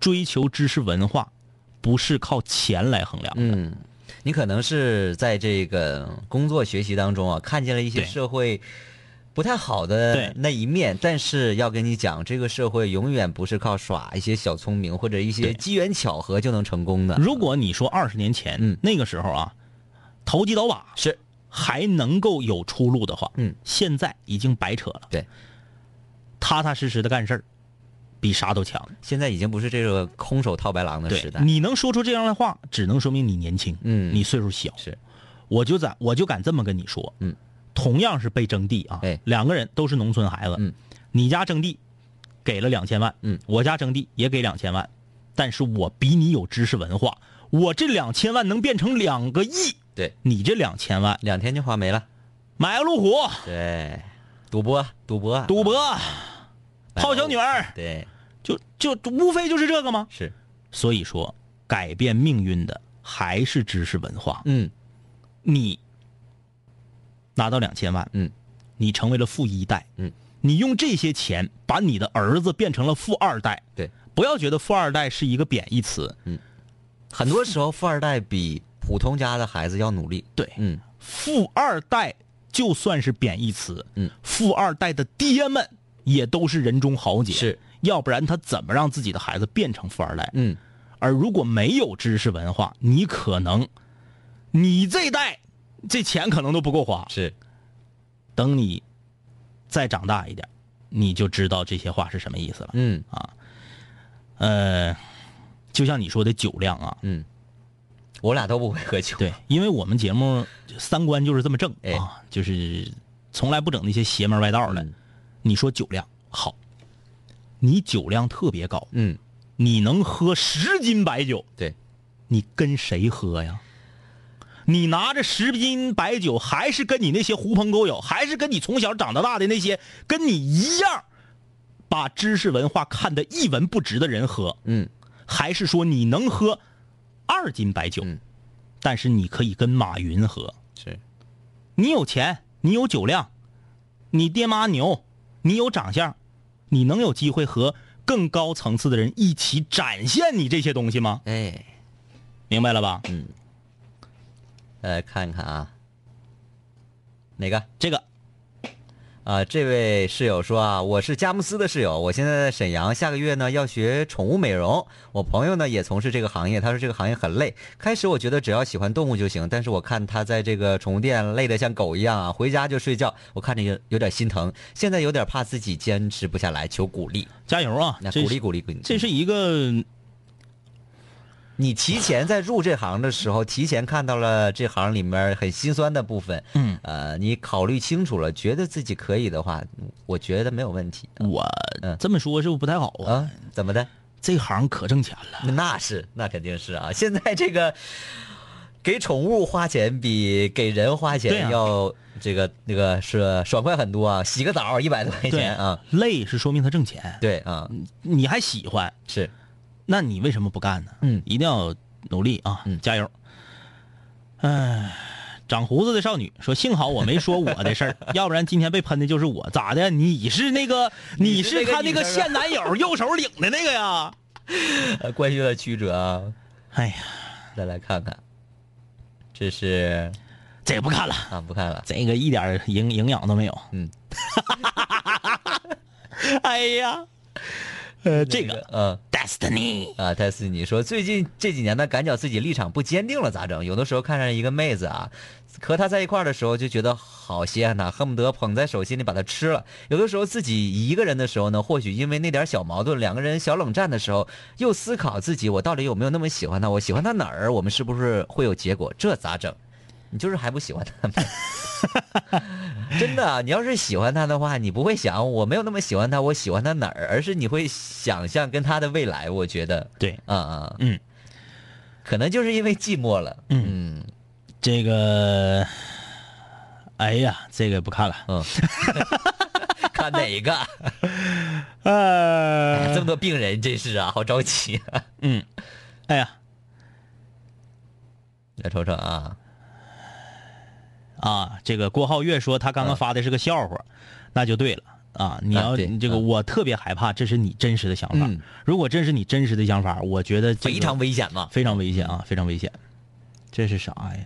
[SPEAKER 1] 追求知识文化，不是靠钱来衡量的。
[SPEAKER 3] 嗯，你可能是在这个工作学习当中啊，看见了一些
[SPEAKER 1] 对
[SPEAKER 3] 社会不太好
[SPEAKER 1] 对
[SPEAKER 3] 的那一面，但是要跟你讲，这个社会永远不是靠耍一些小聪明或者一些
[SPEAKER 1] 对
[SPEAKER 3] 机缘巧合就能成功的。
[SPEAKER 1] 如果你说二十年前、
[SPEAKER 3] 嗯
[SPEAKER 1] 那个时候啊，投机倒把
[SPEAKER 3] 是
[SPEAKER 1] 还能够有出路的话，
[SPEAKER 3] 嗯，
[SPEAKER 1] 现在已经白扯了。
[SPEAKER 3] 对，
[SPEAKER 1] 踏踏实实的干事儿，比啥都强。
[SPEAKER 3] 现在已经不是这个空手套白狼的时代，
[SPEAKER 1] 你能说出这样的话，只能说明你年轻，
[SPEAKER 3] 嗯
[SPEAKER 1] 你岁数小。
[SPEAKER 3] 是，
[SPEAKER 1] 我就敢我就敢这么跟你说，
[SPEAKER 3] 嗯，
[SPEAKER 1] 同样是被征地啊，
[SPEAKER 3] 哎
[SPEAKER 1] 两个人都是农村孩子，
[SPEAKER 3] 嗯，
[SPEAKER 1] 你家征地给了两千万，
[SPEAKER 3] 嗯，
[SPEAKER 1] 我家征地也给两千万，但是我比你有知识文化，我这两千万能变成两个亿，
[SPEAKER 3] 对，
[SPEAKER 1] 你这两千万
[SPEAKER 3] 两天就花没了。
[SPEAKER 1] 买个路虎、
[SPEAKER 3] 对，赌博，赌博，
[SPEAKER 1] 赌博、
[SPEAKER 3] 白
[SPEAKER 1] 泡小女儿，
[SPEAKER 3] 对，
[SPEAKER 1] 就就无非就是这个吗？
[SPEAKER 3] 是，
[SPEAKER 1] 所以说，改变命运的还是知识文化。
[SPEAKER 3] 嗯
[SPEAKER 1] 你拿到两千万，
[SPEAKER 3] 嗯，
[SPEAKER 1] 你成为了富一代，
[SPEAKER 3] 嗯，
[SPEAKER 1] 你用这些钱把你的儿子变成了富二代，
[SPEAKER 3] 对，
[SPEAKER 1] 不要觉得富二代是一个贬义词，
[SPEAKER 3] 很多时候富二代比普通家的孩子要努力。
[SPEAKER 1] 对
[SPEAKER 3] 嗯，
[SPEAKER 1] 富二代就算是贬义词，
[SPEAKER 3] 嗯，
[SPEAKER 1] 富二代的爹们也都是人中豪杰，
[SPEAKER 3] 是，
[SPEAKER 1] 要不然他怎么让自己的孩子变成富二代？
[SPEAKER 3] 嗯，
[SPEAKER 1] 而如果没有知识文化，你可能，你这一代这钱可能都不够花，
[SPEAKER 3] 是，
[SPEAKER 1] 等你再长大一点，你就知道这些话是什么意思了。
[SPEAKER 3] 嗯
[SPEAKER 1] 呃，就像你说的酒量啊，
[SPEAKER 3] 嗯，我俩都不会喝酒。
[SPEAKER 1] 对，因为我们节目三观就是这么正
[SPEAKER 3] 哎
[SPEAKER 1] 啊，就是从来不整那些邪门歪道的。
[SPEAKER 3] 嗯
[SPEAKER 1] 你说酒量好，你酒量特别高，
[SPEAKER 3] 嗯，
[SPEAKER 1] 你能喝十斤白酒，
[SPEAKER 3] 对，
[SPEAKER 1] 你跟谁喝呀？你拿着十斤白酒，还是跟你那些狐朋狗友，还是跟你从小长到大的那些跟你一样，把知识文化看得一文不值的人喝，
[SPEAKER 3] 嗯，
[SPEAKER 1] 还是说你能喝二斤白酒，
[SPEAKER 3] 嗯
[SPEAKER 1] 但是你可以跟马云喝，
[SPEAKER 3] 是，
[SPEAKER 1] 你有钱，你有酒量，你爹妈牛，你有长相，你能有机会和更高层次的人一起展现你这些东西吗？
[SPEAKER 3] 哎，
[SPEAKER 1] 明白了吧？
[SPEAKER 3] 呃，看一看啊，哪个？
[SPEAKER 1] 这个
[SPEAKER 3] 啊、这位室友说啊，我是佳木斯的室友，我现在在沈阳，下个月呢要学宠物美容。我朋友呢也从事这个行业，他说这个行业很累。开始我觉得只要喜欢动物就行，但是我看他在这个宠物店累得像狗一样啊，回家就睡觉，我看着有有点心疼。现在有点怕自己坚持不下来，求鼓励，
[SPEAKER 1] 加油啊！
[SPEAKER 3] 那
[SPEAKER 1] 这
[SPEAKER 3] 鼓励
[SPEAKER 1] 是
[SPEAKER 3] 鼓励鼓励。
[SPEAKER 1] 这是一个
[SPEAKER 3] 你提前在入这行的时候，提前看到了这行里面很心酸的部分，
[SPEAKER 1] 嗯，
[SPEAKER 3] 呃，你考虑清楚了，觉得自己可以的话，我觉得没有问题
[SPEAKER 1] 我
[SPEAKER 3] 嗯
[SPEAKER 1] 这么说是不是不太好啊？
[SPEAKER 3] 啊。怎么的？
[SPEAKER 1] 这行可挣钱了，
[SPEAKER 3] 那是，那肯定是啊。现在这个给宠物花钱比给人花
[SPEAKER 1] 对
[SPEAKER 3] 钱
[SPEAKER 1] 啊
[SPEAKER 3] 要这个那个是爽快很多啊，洗个澡一百多块钱啊，，
[SPEAKER 1] 累是说明他挣钱，
[SPEAKER 3] 对啊，
[SPEAKER 1] 你还喜欢，
[SPEAKER 3] 是，
[SPEAKER 1] 那你为什么不干呢？
[SPEAKER 3] 嗯
[SPEAKER 1] 一定要努力啊，
[SPEAKER 3] 嗯
[SPEAKER 1] 加油！哎，长胡子的少女说：“幸好我没说我的事 儿，要不然今天被喷的就是我。咋的？你是那个，
[SPEAKER 3] 你
[SPEAKER 1] 你
[SPEAKER 3] 是那
[SPEAKER 1] 是
[SPEAKER 3] 个
[SPEAKER 1] 他那个
[SPEAKER 3] 女生啊
[SPEAKER 1] 现男友右手领的那个呀？
[SPEAKER 3] 呃 关系到曲折啊。
[SPEAKER 1] 哎呀，
[SPEAKER 3] 再来看看，这是
[SPEAKER 1] 这不看了，
[SPEAKER 3] 啊，不看了，
[SPEAKER 1] 这个一点儿营营养都没有。
[SPEAKER 3] 嗯，
[SPEAKER 1] 哎呀，呃，这
[SPEAKER 3] 那
[SPEAKER 1] 个
[SPEAKER 3] 嗯。
[SPEAKER 1] Destiny，
[SPEAKER 3] 啊，泰斯，你说最近这几年呢，感觉自己立场不坚定了，咋整？有的时候看上一个妹子啊，和她在一块儿的时候就觉得好稀罕她，恨不得捧在手心里把她吃了；有的时候自己一个人的时候呢，或许因为那点小矛盾，两个人小冷战的时候，又思考自己我到底有没有那么喜欢她，我喜欢她哪儿，我们是不是会有结果？这咋整？你就是还不喜欢她呗。 真的啊，你要是喜欢他的话，你不会想我没有那么喜欢他，我喜欢他哪儿，而是你会想象跟他的未来。我觉得，
[SPEAKER 1] 对，
[SPEAKER 3] 啊啊，
[SPEAKER 1] 嗯，
[SPEAKER 3] 可能就是因为寂寞了。嗯
[SPEAKER 1] 这个，哎呀，这个不看了。
[SPEAKER 3] 嗯，看哪个？哎
[SPEAKER 1] 呃哎
[SPEAKER 3] 这么多病人真是啊，好着急、 啊。
[SPEAKER 1] 嗯，哎呀
[SPEAKER 3] 来瞅瞅啊，
[SPEAKER 1] 啊，这个郭浩月说他刚刚发的是个笑话，那就对了啊。你
[SPEAKER 3] 嗯啊
[SPEAKER 1] 要、
[SPEAKER 3] 对
[SPEAKER 1] 你这个，
[SPEAKER 3] 啊
[SPEAKER 1] 我特别害怕，这是你真实的想法。
[SPEAKER 3] 嗯
[SPEAKER 1] 如果真是你真实的想法，我觉得、这个
[SPEAKER 3] 非常危险嘛，
[SPEAKER 1] 非常危险啊，非常危险。这是啥呀？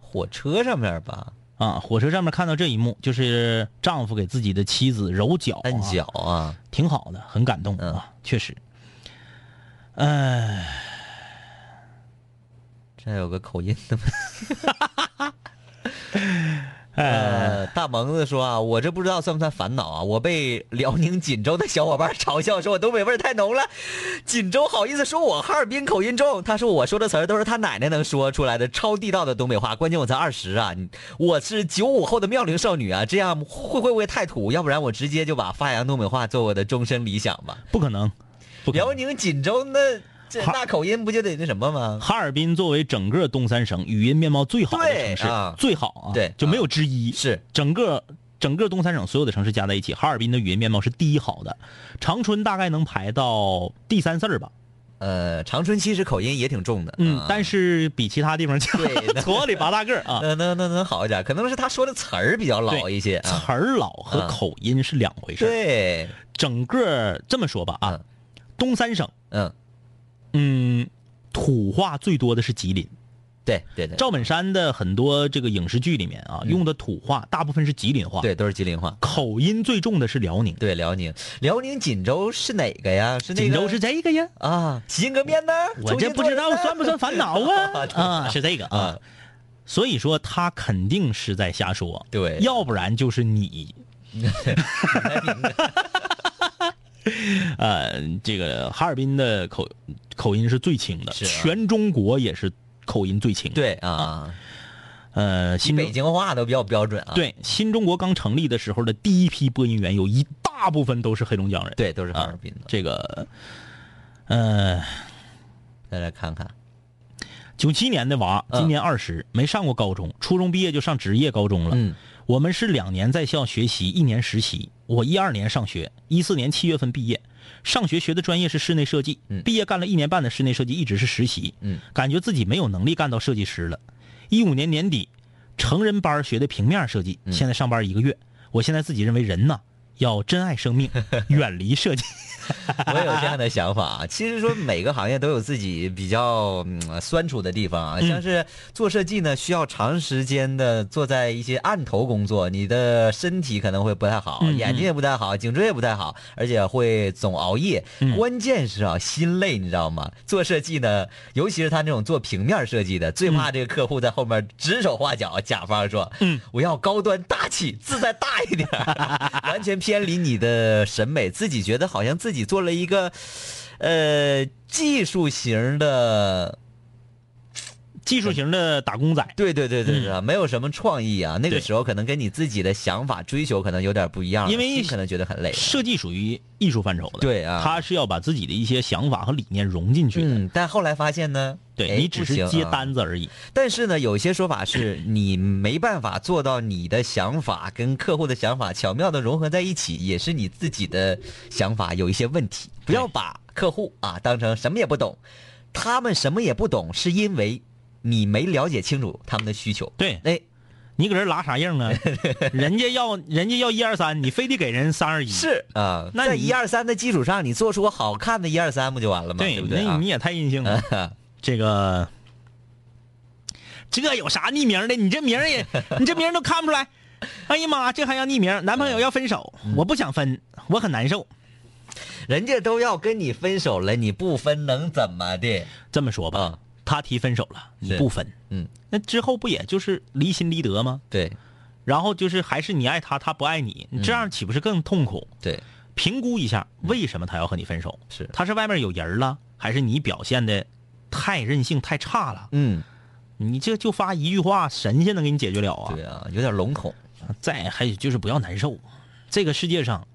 [SPEAKER 3] 火车上面吧，
[SPEAKER 1] 啊，火车上面看到这一幕，就是丈夫给自己的妻子揉脚、啊，
[SPEAKER 3] 按脚嗯啊，
[SPEAKER 1] 挺好的，很感动啊，确实。哎，
[SPEAKER 3] 这有个口音的吗？
[SPEAKER 1] 哎
[SPEAKER 3] 呃， 大萌子说啊，我这不知道算不算烦恼啊？我被辽宁锦州的小伙伴嘲笑说我东北味儿太浓了，锦州好意思说我哈尔滨口音重。他说我说的词儿都是他奶奶能说出来的超地道的东北话，关键我才二十啊，你我是九五后的妙龄少女啊，这样会会不会太土？要不然我直接就把发扬东北话做我的终身理想吧。
[SPEAKER 1] 不可能，不可能
[SPEAKER 3] 辽宁锦州那这
[SPEAKER 1] 哈
[SPEAKER 3] 那口音不就得那什么吗？
[SPEAKER 1] 哈尔滨作为整个东三省语音面貌最好的
[SPEAKER 3] 对
[SPEAKER 1] 城市，
[SPEAKER 3] 啊
[SPEAKER 1] 最好啊，
[SPEAKER 3] 对
[SPEAKER 1] 就没有之一。
[SPEAKER 3] 是
[SPEAKER 1] 整个整个东三省所有的城市加在一起，哈尔滨的语音面貌是第一好的，长春大概能排到第三四儿吧。
[SPEAKER 3] 呃，长春其实口音也挺重的，
[SPEAKER 1] 嗯，
[SPEAKER 3] 啊
[SPEAKER 1] 但是比其他地方强
[SPEAKER 3] 对，的
[SPEAKER 1] 矬里拔大个儿啊。
[SPEAKER 3] 那那那能好一点，可能是他说的词儿比较 老
[SPEAKER 1] 对
[SPEAKER 3] 一些啊。
[SPEAKER 1] 词儿老和
[SPEAKER 3] 啊
[SPEAKER 1] 口音是两回事儿。
[SPEAKER 3] 对，
[SPEAKER 1] 整个这么说吧啊
[SPEAKER 3] 嗯，
[SPEAKER 1] 东三省，
[SPEAKER 3] 嗯，
[SPEAKER 1] 嗯，土话最多的是吉林。
[SPEAKER 3] 对对对，
[SPEAKER 1] 赵本山的很多这个影视剧里面啊，用的土话大部分是吉林话，
[SPEAKER 3] 对都是吉林话。
[SPEAKER 1] 口音最重的是辽宁。
[SPEAKER 3] 对，辽宁，辽宁锦州是哪个呀？是那
[SPEAKER 1] 锦
[SPEAKER 3] 个
[SPEAKER 1] 州是这个呀，
[SPEAKER 3] 啊，洗心革面呢？？
[SPEAKER 1] 我这不知道算不算烦恼啊
[SPEAKER 3] 对
[SPEAKER 1] 啊，是这个啊
[SPEAKER 3] 啊。
[SPEAKER 1] 所以说他肯定是在瞎说，
[SPEAKER 3] 对
[SPEAKER 1] 要不然就是你。 呃，这个哈尔滨的口口音是最轻的，
[SPEAKER 3] 是啊
[SPEAKER 1] 全中国也是口音最轻的。，
[SPEAKER 3] 对啊，
[SPEAKER 1] 呃，新中
[SPEAKER 3] 北京话都比较标准啊。
[SPEAKER 1] 对新中国刚成立的时候的第一批播音员，有一大部分都是黑龙江人。
[SPEAKER 3] 对，都是哈
[SPEAKER 1] 啊
[SPEAKER 3] 尔滨的。
[SPEAKER 1] 这个，呃，
[SPEAKER 3] 再来看看，
[SPEAKER 1] 九七年的娃，
[SPEAKER 3] 嗯
[SPEAKER 1] 今年二十、没上过高中，初中毕业就上职业高中了。
[SPEAKER 3] 嗯，
[SPEAKER 1] 我们是两年在校学习，一年实习。我一二年上学，一四年七月份毕业。上学学的专业是室内设计，
[SPEAKER 3] 嗯
[SPEAKER 1] 毕业干了一年半的室内设计，一直是实习。
[SPEAKER 3] 嗯，
[SPEAKER 1] 感觉自己没有能力干到设计师了。一五年年底，成人班学的平面设计，
[SPEAKER 3] 嗯
[SPEAKER 1] 现在上班一个月。我现在自己认为人呐，要珍爱生 命，远离设计。
[SPEAKER 3] 我也有这样的想法 啊。其实说每个行业都有自己比较嗯酸楚的地方
[SPEAKER 1] 嗯
[SPEAKER 3] 啊，像是做设计呢，需要长时间的坐在一些案头工作，你的身体可能会不太好，
[SPEAKER 1] 嗯
[SPEAKER 3] 眼睛也不太好，颈椎也不太好，而且会总熬夜。
[SPEAKER 1] 嗯
[SPEAKER 3] 关键是啊，心累，你知道吗？做设计呢，尤其是他那种做平面设计的，最怕
[SPEAKER 1] 嗯
[SPEAKER 3] 这个客户在后面指手画脚。甲方说：“嗯，我要高端大气，字再大一点儿， 完全偏离你的审美，自己觉得好像自己做了一个，呃，技术型的。”
[SPEAKER 1] 技术型的打工 仔，
[SPEAKER 3] 对对对对对啊，没有什么创意啊。那
[SPEAKER 1] 嗯
[SPEAKER 3] 个
[SPEAKER 1] 对
[SPEAKER 3] 时候可能跟你自己的想法追求可能有点不一样了，
[SPEAKER 1] 因为
[SPEAKER 3] 心可能觉得很累。
[SPEAKER 1] 设计属于艺术范畴的。
[SPEAKER 3] 对啊
[SPEAKER 1] 他是要把自己的一些想法和理念融进去的。
[SPEAKER 3] 嗯，但后来发现呢，哎
[SPEAKER 1] 对你只
[SPEAKER 3] 不
[SPEAKER 1] 是
[SPEAKER 3] 行
[SPEAKER 1] 接
[SPEAKER 3] 啊
[SPEAKER 1] 单子而已。
[SPEAKER 3] 但是呢，有些说法是你没办法做到你的想法跟客户的想法巧妙的融合在一起，也是你自己的想法有一些问题。不要把客户啊当成什么也不懂，他们什么也不懂，是因为你没了解清楚他们的需求。
[SPEAKER 1] 对
[SPEAKER 3] 哎，
[SPEAKER 1] 你搁这拉啥 硬啊？人家要人家要一二三，你非得给人三二一。，
[SPEAKER 3] 是啊，
[SPEAKER 1] 那
[SPEAKER 3] 在
[SPEAKER 1] 你
[SPEAKER 3] 一二三的基础上，你做出好看的一二三不就完了吗？对
[SPEAKER 1] 对，
[SPEAKER 3] 不对
[SPEAKER 1] 那
[SPEAKER 3] 啊
[SPEAKER 1] 你？也太任性了。这个，这有啥匿名的？你这名儿也，你这名儿都看不出来。哎呀妈，这还要匿名？男朋友要分手，
[SPEAKER 3] 嗯
[SPEAKER 1] 我不想分，我很难受。
[SPEAKER 3] 人家都要跟你分手了，你不分能怎么的？
[SPEAKER 1] 这么说吧，
[SPEAKER 3] 啊
[SPEAKER 1] 他提分手了，你
[SPEAKER 3] 是
[SPEAKER 1] 不分，
[SPEAKER 3] 嗯，
[SPEAKER 1] 那之后不也就是离心离德吗？
[SPEAKER 3] 对
[SPEAKER 1] 然后就是还是你爱他，他不爱你，
[SPEAKER 3] 嗯
[SPEAKER 1] 这样岂不是更痛苦？
[SPEAKER 3] 对，
[SPEAKER 1] 评估一下为什么他要和你分手，
[SPEAKER 3] 嗯是
[SPEAKER 1] 他是外面有人儿了，还是你表现的太任性太差了？
[SPEAKER 3] 嗯，
[SPEAKER 1] 你这就发一句话，神仙能给你解决了啊
[SPEAKER 3] 对！啊，有点笼统。
[SPEAKER 1] 再还有就是不要难受，啊这个世界上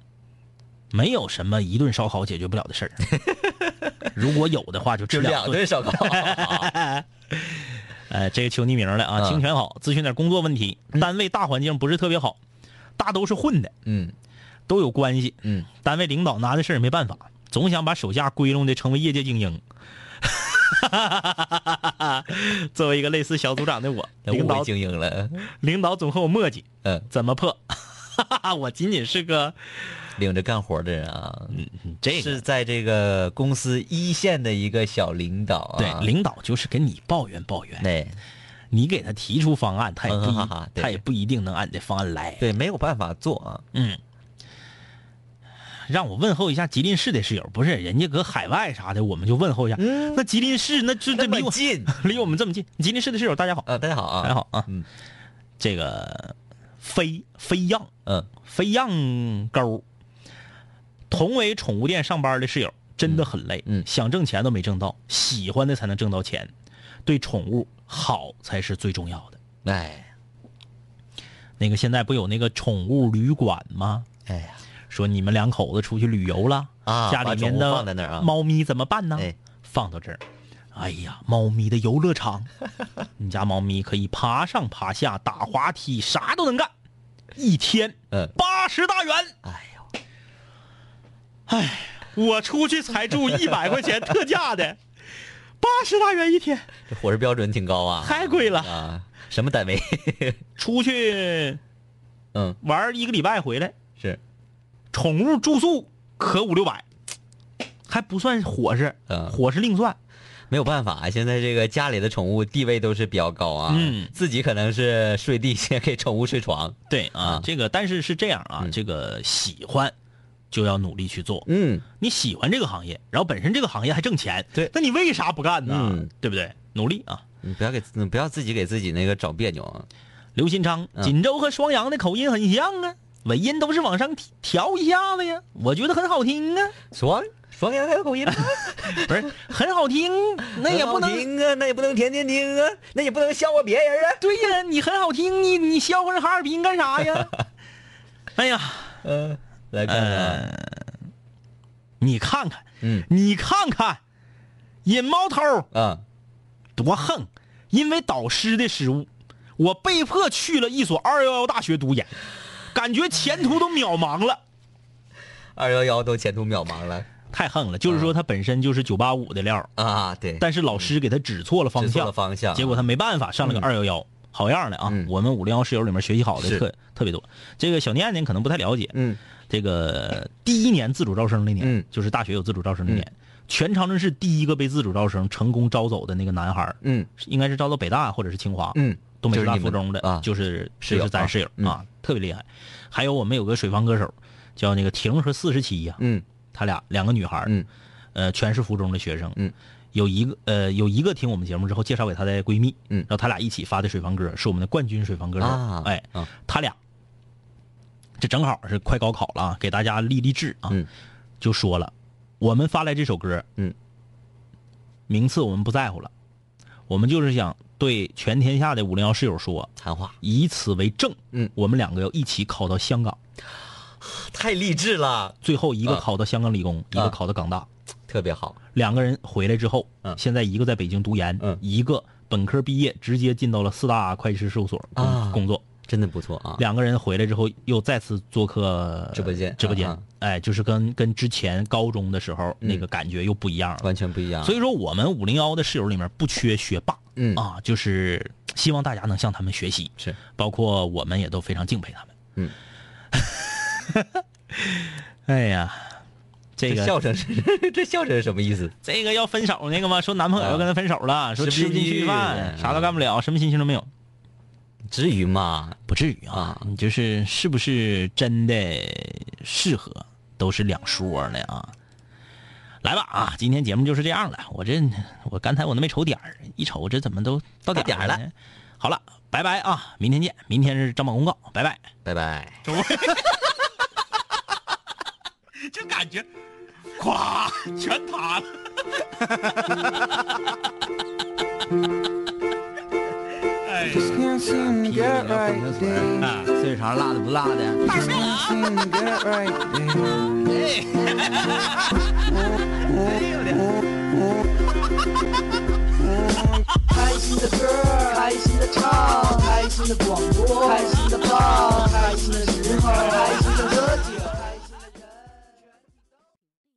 [SPEAKER 1] 没有什么一顿烧烤解决不了的事儿， 如果有的话就吃
[SPEAKER 3] 就两
[SPEAKER 1] 两顿。
[SPEAKER 3] 顿烧烤。
[SPEAKER 1] 呃，这个求匿名了啊，
[SPEAKER 3] 嗯
[SPEAKER 1] 清泉好，咨询点工作问题，单位大环境不是特别好，大都是混的，
[SPEAKER 3] 嗯，
[SPEAKER 1] 都有关系。
[SPEAKER 3] 嗯，
[SPEAKER 1] 单位领导拿这事儿也没办法，总想把手下归拢的成为业界精英。 作为一个类似小组长的我，领
[SPEAKER 3] 误
[SPEAKER 1] 导
[SPEAKER 3] 会精英了，
[SPEAKER 1] 领导总和我磨叽，
[SPEAKER 3] 嗯，
[SPEAKER 1] 怎么破？ 我仅仅是个
[SPEAKER 3] 领着干活的人啊，嗯，
[SPEAKER 1] 这个
[SPEAKER 3] 是在这个公司一线的一个小领导啊，哎
[SPEAKER 1] 对，领导就是跟你抱怨抱怨，
[SPEAKER 3] 对
[SPEAKER 1] 你给他提出方案，他也不
[SPEAKER 3] 嗯
[SPEAKER 1] 一
[SPEAKER 3] 哈哈哈对
[SPEAKER 1] 他也不一定能按你的方案来。
[SPEAKER 3] 对，没有办法做啊，
[SPEAKER 1] 嗯，让我问候一下吉林市的室友，不是人家搁海外啥的，我们就问候一下。
[SPEAKER 3] 嗯
[SPEAKER 1] 那吉林市那就这
[SPEAKER 3] 那
[SPEAKER 1] 离
[SPEAKER 3] 么
[SPEAKER 1] 我
[SPEAKER 3] 近
[SPEAKER 1] 离我们这么近，吉林市的室友大家好，
[SPEAKER 3] 啊，大家好啊，
[SPEAKER 1] 大家，好啊。
[SPEAKER 3] 嗯
[SPEAKER 1] 这个飞飞样
[SPEAKER 3] 嗯，
[SPEAKER 1] 飞样沟，同为宠物店上班的室友真的很累，
[SPEAKER 3] 嗯嗯
[SPEAKER 1] 想挣钱都没挣到，喜欢的才能挣到钱，对宠物好才是最重要的。
[SPEAKER 3] 哎
[SPEAKER 1] 那个现在不有那个宠物旅馆吗？
[SPEAKER 3] 哎呀，
[SPEAKER 1] 说你们两口子出去旅游了
[SPEAKER 3] 啊
[SPEAKER 1] 家
[SPEAKER 3] 把
[SPEAKER 1] 里
[SPEAKER 3] 宠
[SPEAKER 1] 面
[SPEAKER 3] 物
[SPEAKER 1] 的
[SPEAKER 3] 放在那儿啊
[SPEAKER 1] 猫咪怎么办呢？
[SPEAKER 3] 哎
[SPEAKER 1] 放到这儿，哎呀，猫咪的游乐场， 你家猫咪可以爬上爬下、打滑梯，啥都能干，一天
[SPEAKER 3] 嗯，
[SPEAKER 1] 八十大元。
[SPEAKER 3] 哎呦，
[SPEAKER 1] 我出去才住一百块钱特价的，八十大元一天，
[SPEAKER 3] 这伙食标准挺高啊，
[SPEAKER 1] 太贵了。
[SPEAKER 3] 啊，什么单位？
[SPEAKER 1] 出去
[SPEAKER 3] 嗯，
[SPEAKER 1] 玩一个礼拜回来，
[SPEAKER 3] 是，
[SPEAKER 1] 宠物住宿可五六百，还不算伙食，
[SPEAKER 3] 嗯
[SPEAKER 1] 伙食另算。
[SPEAKER 3] 没有办法，啊现在这个家里的宠物地位都是比较高啊，
[SPEAKER 1] 嗯
[SPEAKER 3] 自己可能是睡地，先给宠物睡床，
[SPEAKER 1] 对啊
[SPEAKER 3] 啊，
[SPEAKER 1] 这个但是是这样啊，这个喜欢就要努力去做。
[SPEAKER 3] 嗯，
[SPEAKER 1] 你喜欢这个行业，然后本身这个行业还挣钱，
[SPEAKER 3] 对
[SPEAKER 1] 那你为啥不干呢？
[SPEAKER 3] 嗯
[SPEAKER 1] 对不对？努力啊！
[SPEAKER 3] 你不要给，你不要自己给自己那个找别扭啊，
[SPEAKER 1] 刘新昌，
[SPEAKER 3] 嗯
[SPEAKER 1] 锦州和双阳的口音很像啊，尾音都是往上提调一下子呀，我觉得很好听啊，
[SPEAKER 3] 爽爽呀，还有口 音吗？
[SPEAKER 1] 不是很好 听，那也不
[SPEAKER 3] 很好
[SPEAKER 1] 能。
[SPEAKER 3] 听啊，那也不能天天听啊，那也不能笑话别人啊。
[SPEAKER 1] 对呀，你很好听，你你笑话人哈尔滨干啥呀？ 哎呀，呃
[SPEAKER 3] 嗯、来看看啊、
[SPEAKER 1] 你看看，
[SPEAKER 3] 嗯
[SPEAKER 1] 你看看，引猫头儿
[SPEAKER 3] 啊，
[SPEAKER 1] 多横！因为导师的失误，我被迫去了一所二幺幺大学读研，感觉前途都渺茫了。
[SPEAKER 3] 二幺幺都前途渺茫了
[SPEAKER 1] 太横了，就是说他本身就是九八五的料儿，
[SPEAKER 3] 啊，对，
[SPEAKER 1] 但是老师给他指错了方
[SPEAKER 3] 指错
[SPEAKER 1] 向，
[SPEAKER 3] 了方向啊
[SPEAKER 1] 结果他没办法上了个二幺幺。好样的啊！
[SPEAKER 3] 嗯
[SPEAKER 1] 我们五零幺室友里面学习好的
[SPEAKER 3] 是
[SPEAKER 1] 特特别多。这个小念念可能不太了解，
[SPEAKER 3] 嗯，
[SPEAKER 1] 这个第一年自主招生那年，
[SPEAKER 3] 嗯
[SPEAKER 1] 就是大学有自主招生那年，全长春市第一个被自主招生成功招走的那个男孩儿，
[SPEAKER 3] 嗯
[SPEAKER 1] 应该是招到北大或者是清华，
[SPEAKER 3] 嗯，
[SPEAKER 1] 东北
[SPEAKER 3] 就
[SPEAKER 1] 师
[SPEAKER 3] 是
[SPEAKER 1] 大
[SPEAKER 3] 你
[SPEAKER 1] 附
[SPEAKER 3] 们
[SPEAKER 1] 中的
[SPEAKER 3] 啊，
[SPEAKER 1] 就是
[SPEAKER 3] 室友
[SPEAKER 1] 就是咱
[SPEAKER 3] 啊
[SPEAKER 1] 室友啊，特别厉害。还有我们有个水房歌手叫那个婷和四十七呀，
[SPEAKER 3] 嗯
[SPEAKER 1] 她俩两个女孩儿，
[SPEAKER 3] 嗯
[SPEAKER 1] 呃，全是附中的学生，
[SPEAKER 3] 嗯，
[SPEAKER 1] 有一个呃有一个听我们节目之后介绍给她的闺蜜，
[SPEAKER 3] 嗯
[SPEAKER 1] 然后她俩一起发的水房歌是我们的冠军水房歌手，
[SPEAKER 3] 啊
[SPEAKER 1] 哎
[SPEAKER 3] 啊，
[SPEAKER 1] 她俩这正好是快高考了啊，给大家立立志啊，
[SPEAKER 3] 嗯
[SPEAKER 1] 就说了，我们发来这首歌，
[SPEAKER 3] 嗯，
[SPEAKER 1] 名次我们不在乎了，我们就是想对全天下的五零幺室友说，
[SPEAKER 3] 谈话
[SPEAKER 1] 以此为证，
[SPEAKER 3] 嗯
[SPEAKER 1] 我们两个要一起考到香港，
[SPEAKER 3] 太励志了，
[SPEAKER 1] 最后一个
[SPEAKER 3] 啊
[SPEAKER 1] 考到香港理工，一
[SPEAKER 3] 啊
[SPEAKER 1] 个考到港大，
[SPEAKER 3] 特别好，
[SPEAKER 1] 两个人回来之后，
[SPEAKER 3] 嗯
[SPEAKER 1] 现在一个在北京读研，
[SPEAKER 3] 嗯
[SPEAKER 1] 一个本科毕业直接进到了四大会计师事务所工、
[SPEAKER 3] 啊
[SPEAKER 1] 工作，
[SPEAKER 3] 真的不错啊。
[SPEAKER 1] 两个人回来之后又再次做客
[SPEAKER 3] 直播间
[SPEAKER 1] 直播间，
[SPEAKER 3] 啊啊
[SPEAKER 1] 哎，就是跟跟之前高中的时候、那个感觉又不一样了。
[SPEAKER 3] 完全不一样，啊
[SPEAKER 1] 所以说，我们五零幺的室友里面不缺学霸，
[SPEAKER 3] 嗯
[SPEAKER 1] 啊，就是希望大家能向他们学习，
[SPEAKER 3] 是
[SPEAKER 1] 包括我们也都非常敬佩他们。
[SPEAKER 3] 嗯，
[SPEAKER 1] 哎呀，这
[SPEAKER 3] 这
[SPEAKER 1] 个
[SPEAKER 3] 笑声是 这笑声是什么意思？
[SPEAKER 1] 这个要分手那个吗？说男朋友要跟她分手了，说
[SPEAKER 3] 啊是不
[SPEAKER 1] 吃不进
[SPEAKER 3] 是
[SPEAKER 1] 去饭，
[SPEAKER 3] 嗯
[SPEAKER 1] 啥都干不了，什么心情都没有，
[SPEAKER 3] 至于吗？
[SPEAKER 1] 不至于啊
[SPEAKER 3] 啊。
[SPEAKER 1] 你就是是不是真的适合，都是两说的啊。来吧啊，今天节目就是这样了。我这我刚才我都没瞅点儿，一瞅这怎么都到点
[SPEAKER 3] 到
[SPEAKER 1] 儿
[SPEAKER 3] 点儿
[SPEAKER 1] 呢。好了，拜拜啊，明天见。明天是张榜公告，拜拜。
[SPEAKER 3] 拜拜。
[SPEAKER 1] 就感觉，咵，全塌了。
[SPEAKER 6] Just can't seem to get right day.
[SPEAKER 1] 啊，
[SPEAKER 3] 岁数长辣的不辣的。
[SPEAKER 6] Can't seem to get right day.